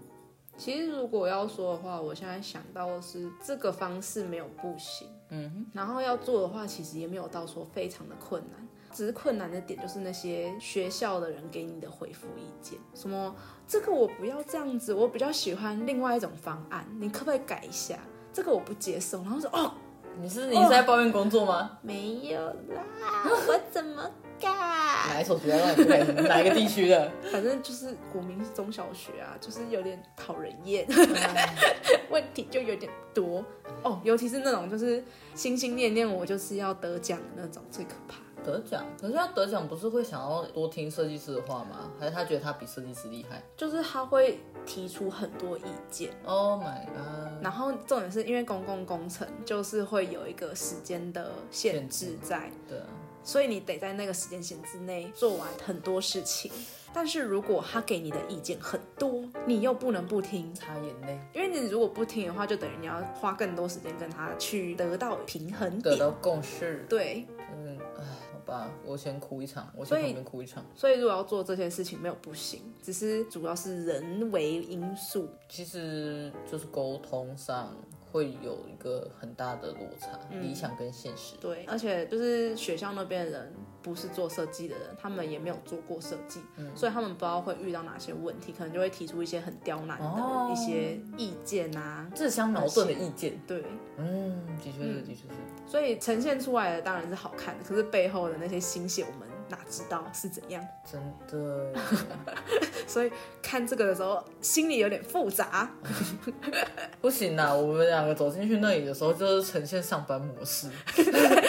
Speaker 2: 其实如果要说的话，我现在想到的是这个方式没有不行，嗯哼，然后要做的话，其实也没有到说非常的困难，只是困难的点就是那些学校的人给你的回复意见，什么这个我不要这样子，我比较喜欢另外一种方案，你可不可以改一下？这个我不接受，然后说哦
Speaker 1: 你是你是在抱怨工作吗？
Speaker 2: 没有啦，我怎么改？
Speaker 1: 哪一所学校让你不开心？哪一个地区的？
Speaker 2: 反正就是国民是中小学啊，就是有点讨人厌， *laughs* 问题就有点多哦。尤其是那种就是心心念念我就是要得奖的那种，最可怕。
Speaker 1: *laughs* 得奖，可是他得奖不是会想要多听设计师的话吗？还是他觉得他比设计师厉害
Speaker 2: 就是他会提出很多意见，
Speaker 1: ？Oh my god！
Speaker 2: 然后重点是因为公共工程就是会有一个时间的限制在，
Speaker 1: 对啊，
Speaker 2: 所以你得在那个时间限制内做完很多事情。但是如果他给你的意见很多，你又不能不听，
Speaker 1: 擦眼泪，
Speaker 2: 因为你如果不听的话，就等于你要花更多时间跟他去得到平衡
Speaker 1: 得
Speaker 2: 点。
Speaker 1: 到共识。
Speaker 2: 对，
Speaker 1: 嗯，唉，好吧，我先哭一场，我
Speaker 2: 所
Speaker 1: 先
Speaker 2: 以
Speaker 1: 旁边哭一场。
Speaker 2: 所以如果要做这些事情，没有不行，只是主要是人为因素。
Speaker 1: 其实就是沟通上会有一个很大的落差，理想跟现实。
Speaker 2: 对，而且就是学校那边的人不是做设计的人，他们也没有做过设计，所以他们不知道会遇到哪些问题，可能就会提出一些很刁难
Speaker 1: 哦
Speaker 2: 的一些意见啊。
Speaker 1: 自相矛盾的意见，
Speaker 2: 对，
Speaker 1: 嗯，的确是，的确是，
Speaker 2: 所以呈现出来的当然是好看的，可是背后的那些心血，我们哪知道是怎样？
Speaker 1: 真 *laughs* 的。
Speaker 2: 所以看这个的时候，心里有点复杂。 *laughs*
Speaker 1: 不行啦，我们两个走进去那里的时候，就是呈现上班模式。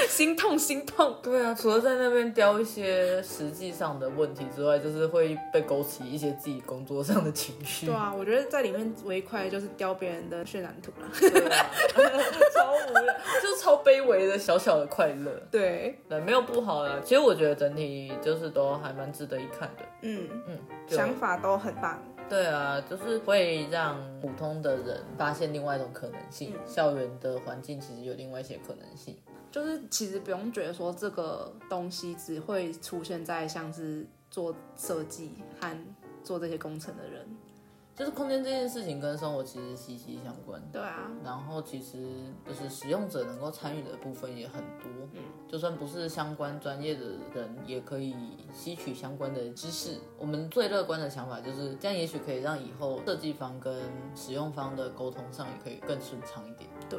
Speaker 2: 心痛心痛。
Speaker 1: 对啊，除了在那边雕一些实际上的问题之外，就是会被勾起一些自己工作上的情绪。
Speaker 2: 对啊，我觉得在里面唯一快乐就是雕别人的渲染图啦。
Speaker 1: 对啊， *laughs* 超无聊，就是超卑微的小小的快乐。
Speaker 2: 对，
Speaker 1: 对，没有不好啦。其实我觉得整体就是都还蛮值得一看的。
Speaker 2: 嗯，
Speaker 1: 嗯，就
Speaker 2: 想法都很棒。
Speaker 1: 对啊，就是会让普通的人发现另外一种可能性。校园的环境其实有另外一些可能性。
Speaker 2: 就是其实不用觉得说这个东西只会出现在像是做设计和做这些工程的人。
Speaker 1: 就是空间这件事情跟生活其实息息相关，
Speaker 2: 对啊，
Speaker 1: 然后其实就是使用者能够参与的部分也很多。嗯，就算不是相关专业的人，也可以吸取相关的知识。我们最乐观的想法就是，这样也许可以让以后设计方跟使用方的沟通上也可以更顺畅一点。
Speaker 2: 对，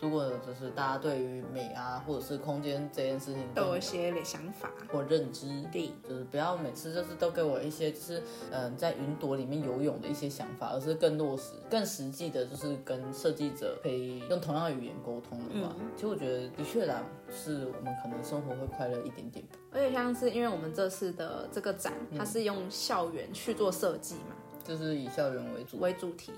Speaker 1: 如果就是大家对于美啊，或者是空间这件事情
Speaker 2: 都有
Speaker 1: 更
Speaker 2: 一些想法。
Speaker 1: 或认知，
Speaker 2: 对，
Speaker 1: 就是不要每次就是都给我一些就是嗯、呃在云朵里面游泳的一些想法，而是更落实、更实际的，就是跟设计者可以用同样的语言沟通的话，其实我觉得的确啦，是我们可能生活会快乐一点点。
Speaker 2: 而且像是因为我们这次的这个展，它是用校园去做设计嘛，
Speaker 1: 就是以校园为主。
Speaker 2: 为主题，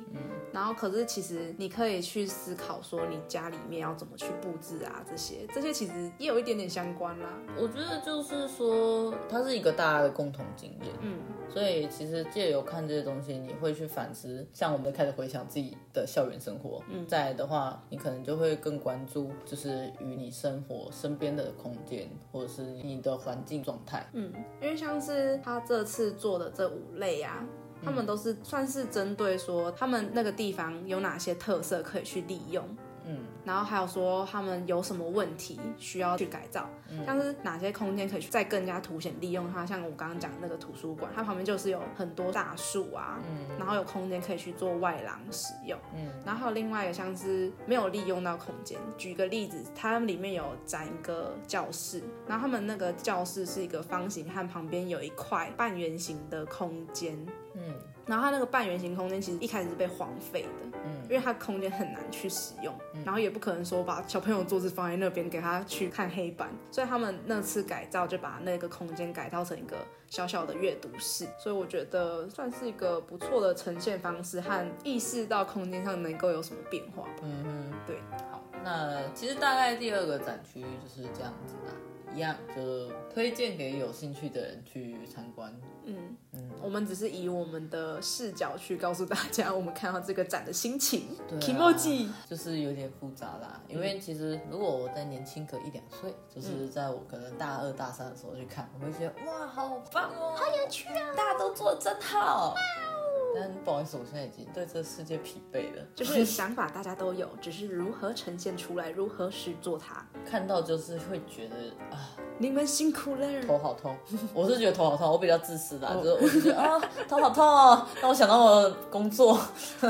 Speaker 2: 然后可是其实你可以去思考说你家里面要怎么去布置啊，这些这些其实也有一点点相关啦。
Speaker 1: 我觉得就是说，它是一个大家的共同经验，
Speaker 2: 嗯，
Speaker 1: 所以其实借由看这些东西，你会去反思，像我们开始回想自己的校园生活，嗯，再来的话，你可能就会更关注，就是与你生活身边的空间，或者是你的环境状态，
Speaker 2: 嗯，因为像是他这次做的这五类啊，他们都是算是针对说他们那个地方有哪些特色可以去利用，
Speaker 1: 嗯，
Speaker 2: 然后还有说他们有什么问题需要去改造，像是哪些空间可以去再更加凸显利用它，像我刚刚讲的那个图书馆，它旁边就是有很多大树啊，嗯，然后有空间可以去做外廊使用，嗯，然后还有另外一个像是没有利用到空间，举个例子，它里面有展一个教室，然后他们那个教室是一个方形，和旁边有一块半圆形的空间，
Speaker 1: 嗯，
Speaker 2: 然后它那个半圆形空间其实一开始是被荒废的，
Speaker 1: 嗯，
Speaker 2: 因为它空间很难去使用，然后也不可能说把小朋友桌子放在那边给他去看黑板，所以他们那次改造就把那个空间改造成一个小小的阅读室，所以我觉得算是一个不错的呈现方式和意识到空间上能够有什么变化吧。
Speaker 1: 嗯好，那其实大概第二个展区就是这样子啦。一样，就推荐给有兴趣的人去参观。
Speaker 2: 嗯嗯，我们只是以我们的视角去告诉大家我们看到这个展的心情。
Speaker 1: 对、
Speaker 2: k i m o j
Speaker 1: 就是有点复杂啦，因为其实如果我再年轻个一两岁，就是在我可能大二大三的时候去看，我会觉得哇，好棒哦，好有趣啊，大家都做的真好。但不好意思，我现在已经对这个世界疲惫了，
Speaker 2: 就是 *laughs* 想法大家都有，只是如何呈现出来，如何实做它。
Speaker 1: 看到就是会觉得 *laughs* 啊，
Speaker 2: 你们辛苦了。 *laughs*
Speaker 1: 头好痛。我是觉得头好痛，我比较自私啦，就是我是觉得啊，头好痛哦，让我想到我的工作。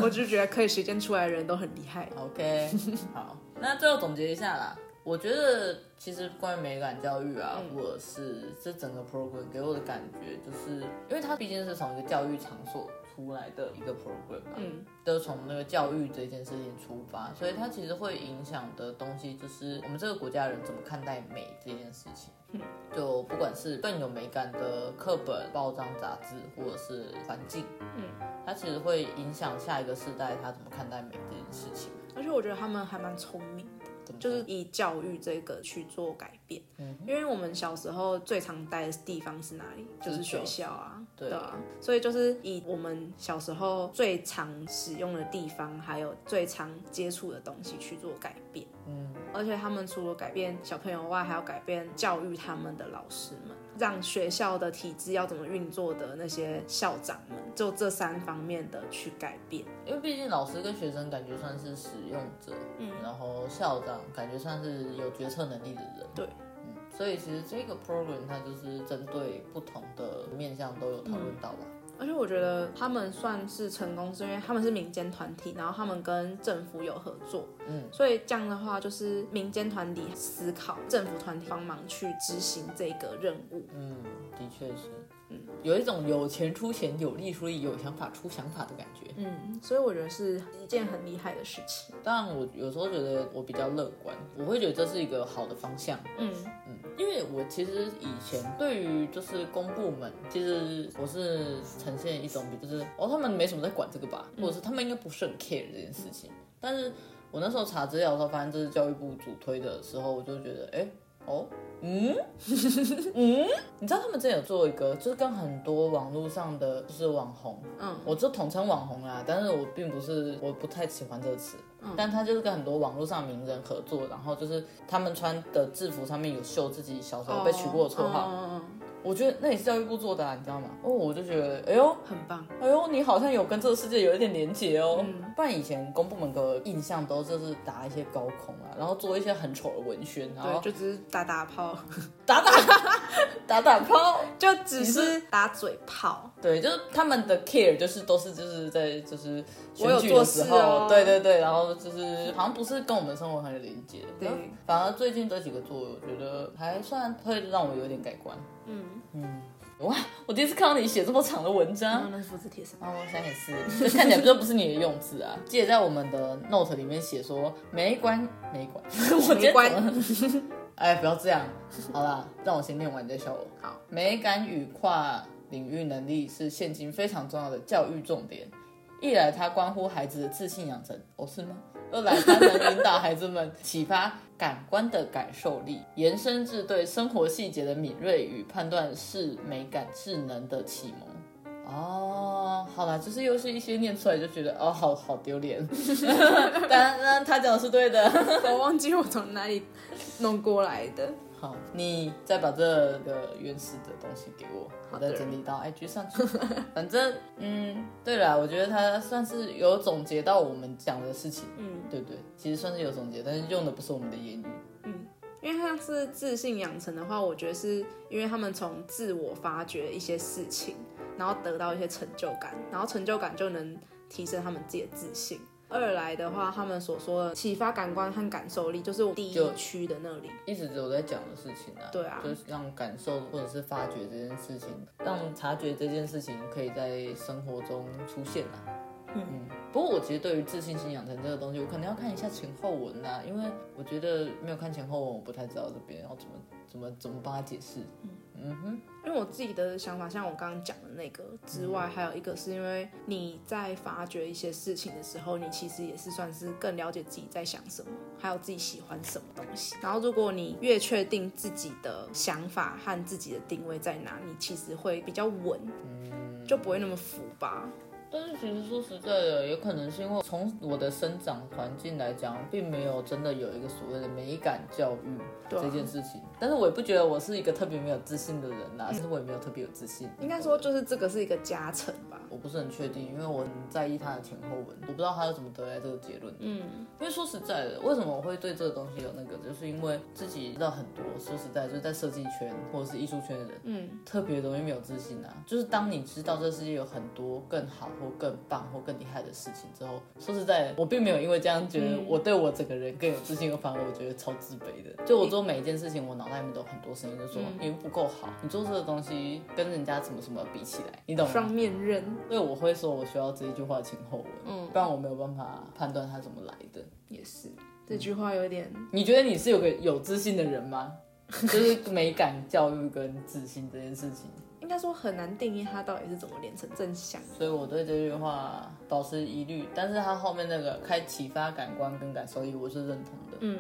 Speaker 2: 我只是觉得可以实践出来的人都很厉害。 *laughs*
Speaker 1: OK，好，那最后总结一下啦。我觉得其实关于美感教育啊，
Speaker 2: 嗯
Speaker 1: 或者是这整个 program 给我的感觉，就是因为它毕竟是从一个教育场所出来的一个 program 嘛，
Speaker 2: 嗯，
Speaker 1: 都从那个教育这件事情出发，所以它其实会影响的东西就是我们这个国家人怎么看待美这件事情。
Speaker 2: 嗯
Speaker 1: 就不管是更有美感的课本、报章、杂志，或者是环境，
Speaker 2: 嗯，
Speaker 1: 它其实会影响下一个世代他怎么看待美这件事情。
Speaker 2: 而且我觉得他们还蛮聪明的，
Speaker 1: 怎么
Speaker 2: 就
Speaker 1: 说
Speaker 2: 是以教育这个去做改变。
Speaker 1: 嗯
Speaker 2: 因为我们小时候最常待的地方是哪里？就是学校啊，
Speaker 1: 对
Speaker 2: 啊。所以就是以我们小时候最常使用的地方，还有最常接触的东西去做改变。
Speaker 1: 嗯，
Speaker 2: 而且他们除了改变小朋友外，还要改变教育他们的老师们，让学校的体制要怎么运作的那些校长们，就这三方面的去改变。
Speaker 1: 因为毕竟老师跟学生感觉算是使用者，嗯，然后校长感觉算是有决策能力的人，
Speaker 2: 对，
Speaker 1: 嗯，所以其实这个 program 它就是针对不同的面向都有讨论到吧，
Speaker 2: 而且我觉得他们算是成功，是因为他们是民间团体，然后他们跟政府有合作，
Speaker 1: 嗯，
Speaker 2: 所以这样的话就是民间团体思考，政府团体帮忙去执行这个任务。
Speaker 1: 嗯，的确是，嗯，有一种有钱出钱，有力出力，有想法出想法的感觉。
Speaker 2: 嗯，所以我觉得是一件很厉害的事情。
Speaker 1: 当然，我有时候觉得我比较乐观，我会觉得这是一个好的方向，
Speaker 2: 嗯
Speaker 1: 嗯，因为我其实以前对于就是公部门，其实我是呈现一种比就是哦，他们没什么在管这个吧，或者是他们应该不是很 care 这件事情。但是我那时候查资料的时候，发现这是教育部主推的时候，我就觉得哎、哦。嗯 *laughs* 嗯，你知道他们之前有做一个，就是跟很多网络上的就是网红，
Speaker 2: 嗯，
Speaker 1: 我就统称网红啦，但是我并不是，我不太喜欢这个词。但他就是跟很多网络上名人合作，然后就是他们穿的制服上面有秀自己小时候被取过的绰号，
Speaker 2: 嗯嗯
Speaker 1: 我觉得那也是教育部做的、啊，你知道吗？哦，我就觉得，哎呦，
Speaker 2: 嗯很棒。
Speaker 1: 哎呦，你好像有跟这个世界有一点连结哦。
Speaker 2: 嗯
Speaker 1: 不然以前公部门给我的印象都就是打一些高空啊，然后做一些很丑的文宣，然
Speaker 2: 对，
Speaker 1: 后
Speaker 2: 就只是打打炮，
Speaker 1: 打
Speaker 2: *laughs*
Speaker 1: 打打打炮，
Speaker 2: 就只是打嘴炮。
Speaker 1: 对，就是他们的 care 就是都是就是在就是选举
Speaker 2: 我有做
Speaker 1: 的
Speaker 2: 事
Speaker 1: 时
Speaker 2: 哦
Speaker 1: 候，对对对，然后就是好像不是跟我们生活很有连接，
Speaker 2: 对
Speaker 1: 然后反而最近这几个作为，我觉得还算会让我有点改观。
Speaker 2: 嗯，
Speaker 1: 哇，我第一次看到你写这么长的文章。
Speaker 2: 然后那是复制贴上。
Speaker 1: 哦，我想也是，就看起来就不是你的用字啊。记得在我们的 note 里面写说没关没关， *laughs* 我
Speaker 2: 没关
Speaker 1: 今天怎么了哎，不要这样，好啦，让我先念完你再笑我。
Speaker 2: 好，
Speaker 1: 美感与跨领域能力是现今非常重要的教育重点。一来它关乎孩子的自信养成，哦是吗？二来它能引导孩子们启发感官的感受力，延伸至对生活细节的敏锐与判断是美感智能的启蒙。哦，好啦，就是又是一些念出来就觉得哦，好好丢脸。 *laughs* 但那他讲的是对的。
Speaker 2: 我忘记我从哪里弄过来的。
Speaker 1: 好，你再把这个原始的东西给我，我
Speaker 2: 好的
Speaker 1: 再整理到 IG 上
Speaker 2: *laughs*
Speaker 1: 去。反正，嗯，对了，我觉得他算是有总结到我们讲的事情，
Speaker 2: 嗯
Speaker 1: 对不对？其实算是有总结，但是用的不是我们的言语。
Speaker 2: 嗯，因为像是自信养成的话，我觉得是因为他们从自我发掘一些事情，然后得到一些成就感，然后成就感就能提升他们自己的自信。二来的话，他们所说的启发感官和感受力，就是我第一区的那里。
Speaker 1: 一直只有在讲的事情啊，
Speaker 2: 对啊
Speaker 1: 就是让感受或者是发掘这件事情，让察觉这件事情可以在生活中出现啊。
Speaker 2: 嗯
Speaker 1: 不过我其实对于自信心养成这个东西，我可能要看一下前后文呐、因为我觉得没有看前后文，我不太知道这边要怎么怎么怎么帮他解释。
Speaker 2: 因为我自己的想法，像我刚刚讲的那个之
Speaker 1: 嗯
Speaker 2: 外，还有一个是因为你在发掘一些事情的时候，你其实也是算是更了解自己在想什么，还有自己喜欢什么东西。然后，如果你越确定自己的想法和自己的定位在哪，你其实会比较稳，
Speaker 1: 嗯
Speaker 2: 就不会那么浮吧。
Speaker 1: 但是其实说实在的，也可能是因为从我的生长环境来讲，并没有真的有一个所谓的美感教育
Speaker 2: 对啊
Speaker 1: 这件事情。但是我也不觉得我是一个特别没有自信的人啦，其实我也没有特别有自信。
Speaker 2: 应该说，就是这个是一个加成吧。
Speaker 1: 我不是很确定，因为我很在意他的前后文，我不知道他是怎么得来这个结论。
Speaker 2: 嗯，
Speaker 1: 因为说实在的，为什么我会对这个东西有那个，就是因为自己知道很多，说实在就是在设计圈或者是艺术圈的人，
Speaker 2: 嗯，
Speaker 1: 特别容易没有自信啊。就是当你知道这世界有很多更好或更棒或更厉害的事情之后，说实在的，我并没有因为这样觉得我对我整个人更有自信，我反而我觉得超自卑的。就我做每一件事情，我脑袋里面都有很多声音，就说你不够好，你做这个东西跟人家怎么什么比起来，你懂吗？
Speaker 2: 双面刃
Speaker 1: 所以我会说，我需要这一句话前后文，
Speaker 2: 嗯
Speaker 1: 不然我没有办法判断它怎么来的。
Speaker 2: 也是
Speaker 1: 嗯
Speaker 2: 这句话有点
Speaker 1: 你觉得你是有个有自信的人吗？ *laughs* 就是美感教育跟自信这件事情，
Speaker 2: 应该说很难定义它到底是怎么连成正向。
Speaker 1: 所以我对这句话保持疑虑。但是他后面那个开启发感官跟感受力，我是认同的，
Speaker 2: 嗯。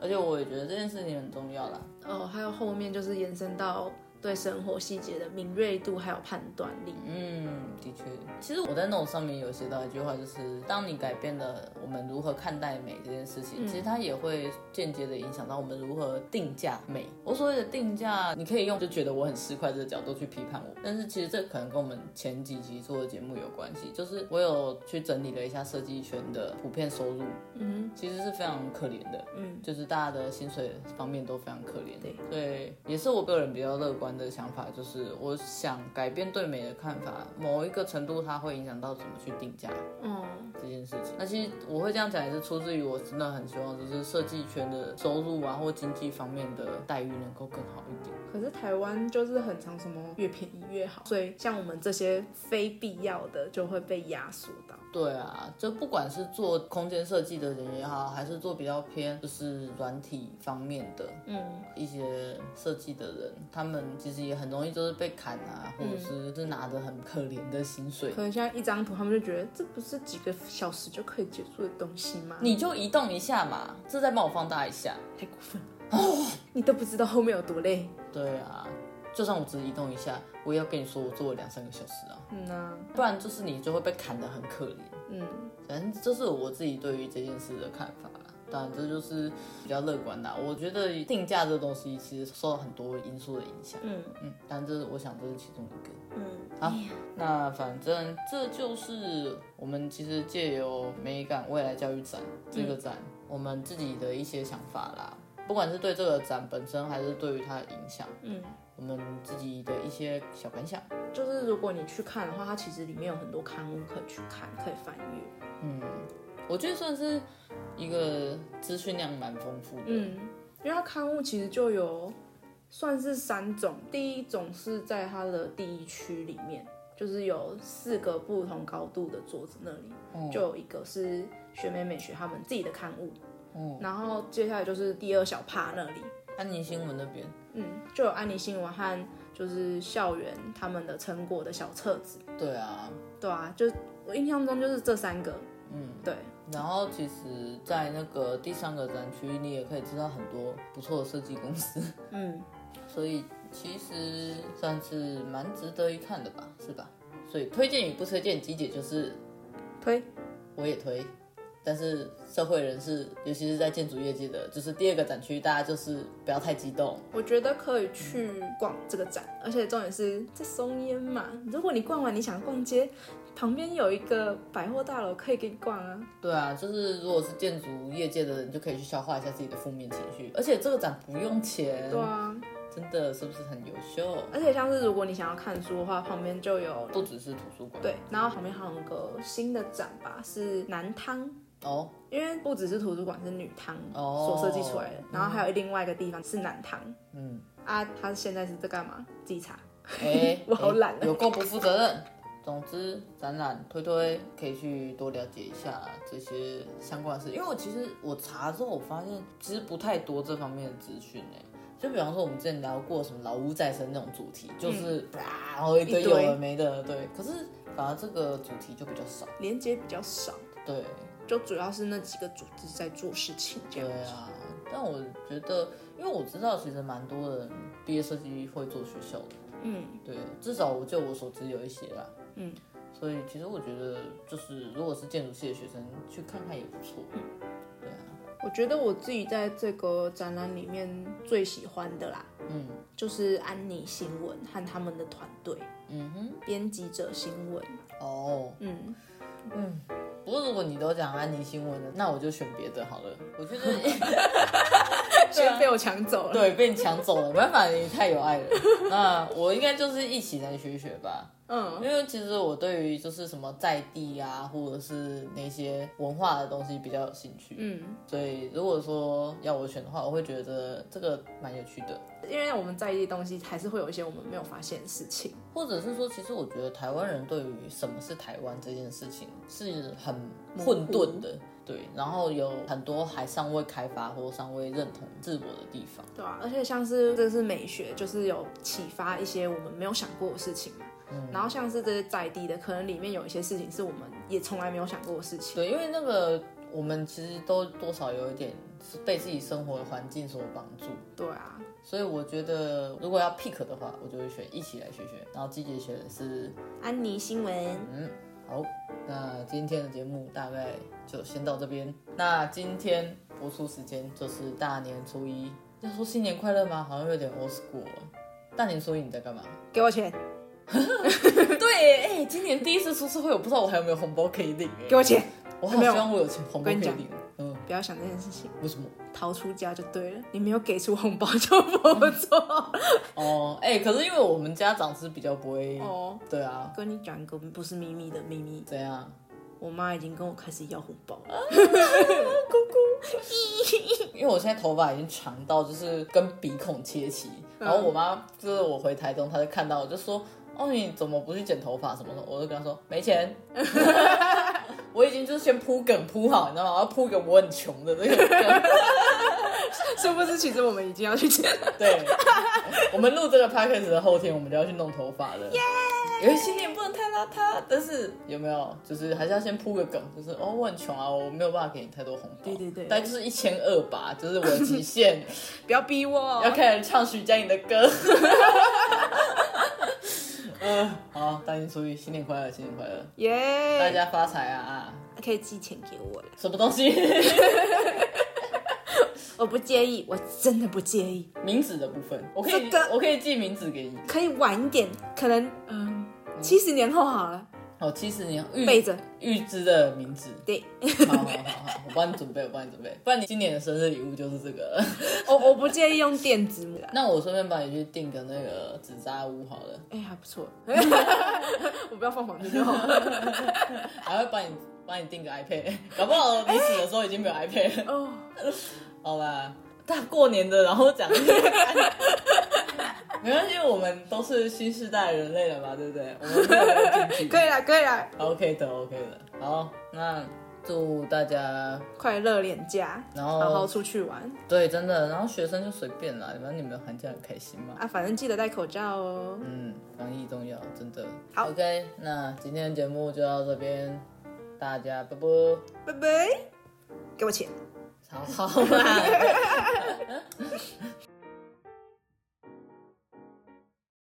Speaker 1: 而且我也觉得这件事情很重要啦。
Speaker 2: 哦，还有后面就是延伸到对生活细节的敏锐度还有判断力。
Speaker 1: 嗯，的确，其实我在 Note 上面有写到一句话，就是当你改变了我们如何看待美这件事情，其实它也会间接的影响到我们如何定价美。我所谓的定价，你可以用就觉得我很市侩这个角度去批判我，但是其实这可能跟我们前几集做的节目有关系，就是我有去整理了一下设计圈的普遍收入，
Speaker 2: 嗯
Speaker 1: 其实是非常可怜的。
Speaker 2: 嗯
Speaker 1: 就是大家的薪水方面都非常可怜。
Speaker 2: 对，
Speaker 1: 对，也是我个人比较乐观的想法，就是我想改变对美的看法，某一个程度它会影响到怎么去定价
Speaker 2: 哦
Speaker 1: 这件事情。那其实我会这样讲，也是出自于我真的很希望，就是设计圈的收入啊，或经济方面的待遇能够更好一点。
Speaker 2: 可是台湾就是很常什么越便宜越好，所以像我们这些非必要的就会被压缩到。
Speaker 1: 对啊，就不管是做空间设计的人也好，还是做比较偏就是软体方面的，
Speaker 2: 嗯
Speaker 1: 一些设计的人，他们其实也很容易就是被砍啊，或者是是拿着很可怜的薪水。
Speaker 2: 可能像一张图，他们就觉得这不是几个小时就可以结束的东西吗？
Speaker 1: 你就移动一下嘛，这再帮我放大一下。
Speaker 2: 太过分了哦！你都不知道后面有多累。
Speaker 1: 对啊，就算我只移动一下，我也要跟你说我做了两三个小时啊，
Speaker 2: 嗯呐、
Speaker 1: 不然就是你就会被砍得很可怜。
Speaker 2: 嗯，
Speaker 1: 反正这是我自己对于这件事的看法啦。当然，这就是比较乐观啦。我觉得定价这东西其实受到很多因素的影响。
Speaker 2: 嗯
Speaker 1: 嗯，但这是我想这是其中一个。
Speaker 2: 嗯，
Speaker 1: 好，那反正这就是我们其实借由美感未来教育展这个展，
Speaker 2: 嗯
Speaker 1: 我们自己的一些想法啦，不管是对这个展本身，还是对于它的影响，
Speaker 2: 嗯，
Speaker 1: 我们自己的一些小感想。
Speaker 2: 就是如果你去看的话，它其实里面有很多刊物可以去看，可以翻阅。
Speaker 1: 嗯，我觉得算是一个资讯量蛮丰富的。
Speaker 2: 嗯，因为它刊物其实就有算是三种，第一种是在它的第一区里面，就是有四个不同高度的桌子那里，就有一个是学美美学他们自己的刊物，
Speaker 1: 嗯，
Speaker 2: 然后接下来就是第二小帕那里，
Speaker 1: 安妮新闻那边，
Speaker 2: 嗯，就有安妮新闻和。就是校园他们的成果的小册子，
Speaker 1: 对啊，
Speaker 2: 对啊，就我印象中就是这三个，嗯，对，
Speaker 1: 然后其实，在那个第三个展区，你也可以知道很多不错的设计公司， *laughs*
Speaker 2: 嗯，
Speaker 1: 所以其实算是蛮值得一看的吧，是吧？所以推荐与不推荐，吉姐就是
Speaker 2: 推
Speaker 1: 我也推，但是社会人士，尤其是在建筑业界的，就是第二个展区，大家就是不要太激动。
Speaker 2: 我觉得可以去逛这个展，而且重点是在松烟嘛。如果你逛完你想逛街，旁边有一个百货大楼可以给你逛啊。
Speaker 1: 对啊，就是如果是建筑业界的人，就可以去消化一下自己的负面情绪，而且这个展不用钱，
Speaker 2: 对啊，
Speaker 1: 真的是不是很优秀？
Speaker 2: 而且像是如果你想要看书的话，旁边就有
Speaker 1: 不只是图书馆，
Speaker 2: 对，然后旁边还有个新的展吧，是南汤。
Speaker 1: 哦，
Speaker 2: 因为不只是图书馆是女汤嗯
Speaker 1: 哦
Speaker 2: 所设计出来的，
Speaker 1: 嗯
Speaker 2: 然后还有另外一个地方是男汤
Speaker 1: 嗯，
Speaker 2: 啊，他现在是在干嘛？自己查。 *laughs*，
Speaker 1: 哎
Speaker 2: 我好懒啊
Speaker 1: 哎有够不负责任。总之，展览推推可以去多了解一下这些相关的事，因为我其实我查之后，我发现其实不太多这方面的资讯哎。就比方说我们之前聊过什么老屋再生那种主题，就是、啊，然后一堆
Speaker 2: 嗯一
Speaker 1: 有
Speaker 2: 堆
Speaker 1: 的没的，对。可是反而这个主题就比较少，
Speaker 2: 连接比较少，
Speaker 1: 对。啊
Speaker 2: 就主要是那几个组织在做事情这样
Speaker 1: 对
Speaker 2: 子。
Speaker 1: 啊，但我觉得，因为我知道其实蛮多人毕业设计会做学校的，
Speaker 2: 嗯，
Speaker 1: 对，至少我就我所知有一些啦，
Speaker 2: 嗯，
Speaker 1: 所以其实我觉得就是如果是建筑系的学生去看看也不错，对啊，
Speaker 2: 我觉得我自己在这个展览里面最喜欢的啦，
Speaker 1: 嗯
Speaker 2: 就是安妮新闻和他们的团队
Speaker 1: 嗯哼，
Speaker 2: 编辑者新闻。
Speaker 1: 哦，
Speaker 2: *laughs* 嗯，
Speaker 1: 不过如果你都讲安妮新闻了，那我就选别的好了，我觉得
Speaker 2: 先被我抢走
Speaker 1: *laughs*
Speaker 2: 了。
Speaker 1: 对被你抢走了，没办法，你太有爱了，那我应该就是一起来学一学吧，
Speaker 2: 嗯，
Speaker 1: 因为其实我对于就是什么在地啊，或者是那些文化的东西比较有兴趣，
Speaker 2: 嗯，
Speaker 1: 所以如果说要我选的话，我会觉得这个蛮有趣的，
Speaker 2: 因为我们在意的东西，还是会有一些我们没有发现的事情。
Speaker 1: 或者是说，其实我觉得台湾人对于什么是台湾这件事情是很混沌的。对，然后有很多还尚未开发或尚未认同自我的地方，
Speaker 2: 对啊，而且像是这是美学，就是有启发一些我们没有想过的事情嘛。然后像是这些在地的，可能里面有一些事情是我们也从来没有想过的事情。
Speaker 1: 对，因为那个我们其实都多少有一点是被自己生活的环境所绑住，
Speaker 2: 对啊，
Speaker 1: 所以我觉得如果要 pick 的话，我就会选一起来学学。然后季节选的是
Speaker 2: 安妮新闻，
Speaker 1: 好，那今天的节目大概就先到这边。那今天播出时间就是大年初一，要说新年快乐吗？好像有点 old school 哦。大年初一你在干嘛？
Speaker 2: 给我钱，
Speaker 1: *laughs* 对，哎、今年第一次出社会，我不知道我还有没有红包可以领、
Speaker 2: 给
Speaker 1: 欸。
Speaker 2: 我钱，
Speaker 1: 我好希望我有钱红包可以
Speaker 2: 跟你
Speaker 1: 领。嗯，
Speaker 2: 不要想这件事情，
Speaker 1: 为什么？
Speaker 2: 逃出家就对了。你没有给出红包就不做。 *laughs*
Speaker 1: 哦，哎、可是因为我们家长是比较不会，
Speaker 2: 哦，
Speaker 1: 对啊，
Speaker 2: 跟你讲一个不是秘密的秘密，
Speaker 1: 怎样？
Speaker 2: 我妈已经跟我开始要红包了。 *laughs*
Speaker 1: 因为我现在头发已经长到就是跟鼻孔切齐，然后我妈就是我回台中，她就看到我就说：“哦，你怎么不去剪头发什么的？”我就跟她说：“没钱。” *laughs* 我已经就是先铺梗铺好，你知道吗？要铺梗我很穷的这个梗。
Speaker 2: 殊不知，其实我们已经要去见了。
Speaker 1: 对，我们录这个 podcast 的后天，我们就要去弄头发了。因为新年不能太邋遢，但是有没有就是还是要先铺个梗，就是哦我很穷啊，我没有办法给你太多红包，
Speaker 2: 对对对
Speaker 1: 但就是一千二吧，就是我的极
Speaker 2: *laughs*
Speaker 1: 限。
Speaker 2: *laughs* 不要逼我
Speaker 1: 要，开始唱徐佳莹的歌。嗯，好，大年初一，新年快乐，新年快乐，
Speaker 2: *laughs* 耶！
Speaker 1: 大家发财啊！
Speaker 2: 可以寄钱给我了。
Speaker 1: 什么东西？ *laughs*
Speaker 2: 我不介意，我真的不介意。
Speaker 1: 名字的部分，我可以，
Speaker 2: 这个
Speaker 1: 我可以寄名字给你。
Speaker 2: 可以晚一点，可能嗯，七十年后好了，
Speaker 1: 哦，其实你预
Speaker 2: 备着
Speaker 1: 预知的名字，
Speaker 2: 对， *laughs*
Speaker 1: 好好好好，我帮你准备，我帮你准备，不然你今年的生日礼物就是这个。
Speaker 2: 我我不介意用电子母，
Speaker 1: 那我顺便帮你去订个那个纸扎屋好了，
Speaker 2: 哎、还不 *laughs* 错，我不要放房间就好。
Speaker 1: 还会帮你帮你订个 iPad，搞不好你死的时候已经没有 iPad 了。
Speaker 2: 哦，
Speaker 1: 好啦，大过年的，然后讲这些，没关系，我们都是新时代人类了嘛，对不对？我们没有人进去
Speaker 2: 可以了，可以了，
Speaker 1: ，OK 的，OK 的。好，那祝大家
Speaker 2: 快乐廉价，
Speaker 1: 然
Speaker 2: 好好
Speaker 1: 后
Speaker 2: 出去玩
Speaker 1: 对真的，然后学生就随便啦，反正你们寒假很开心嘛。
Speaker 2: 啊！反正记得戴口罩哦。
Speaker 1: 嗯，防疫重要，真的。
Speaker 2: 好
Speaker 1: ，OK，那今天的节目就到这边，大家拜拜。
Speaker 2: 拜拜，给我钱。
Speaker 1: 好好啦。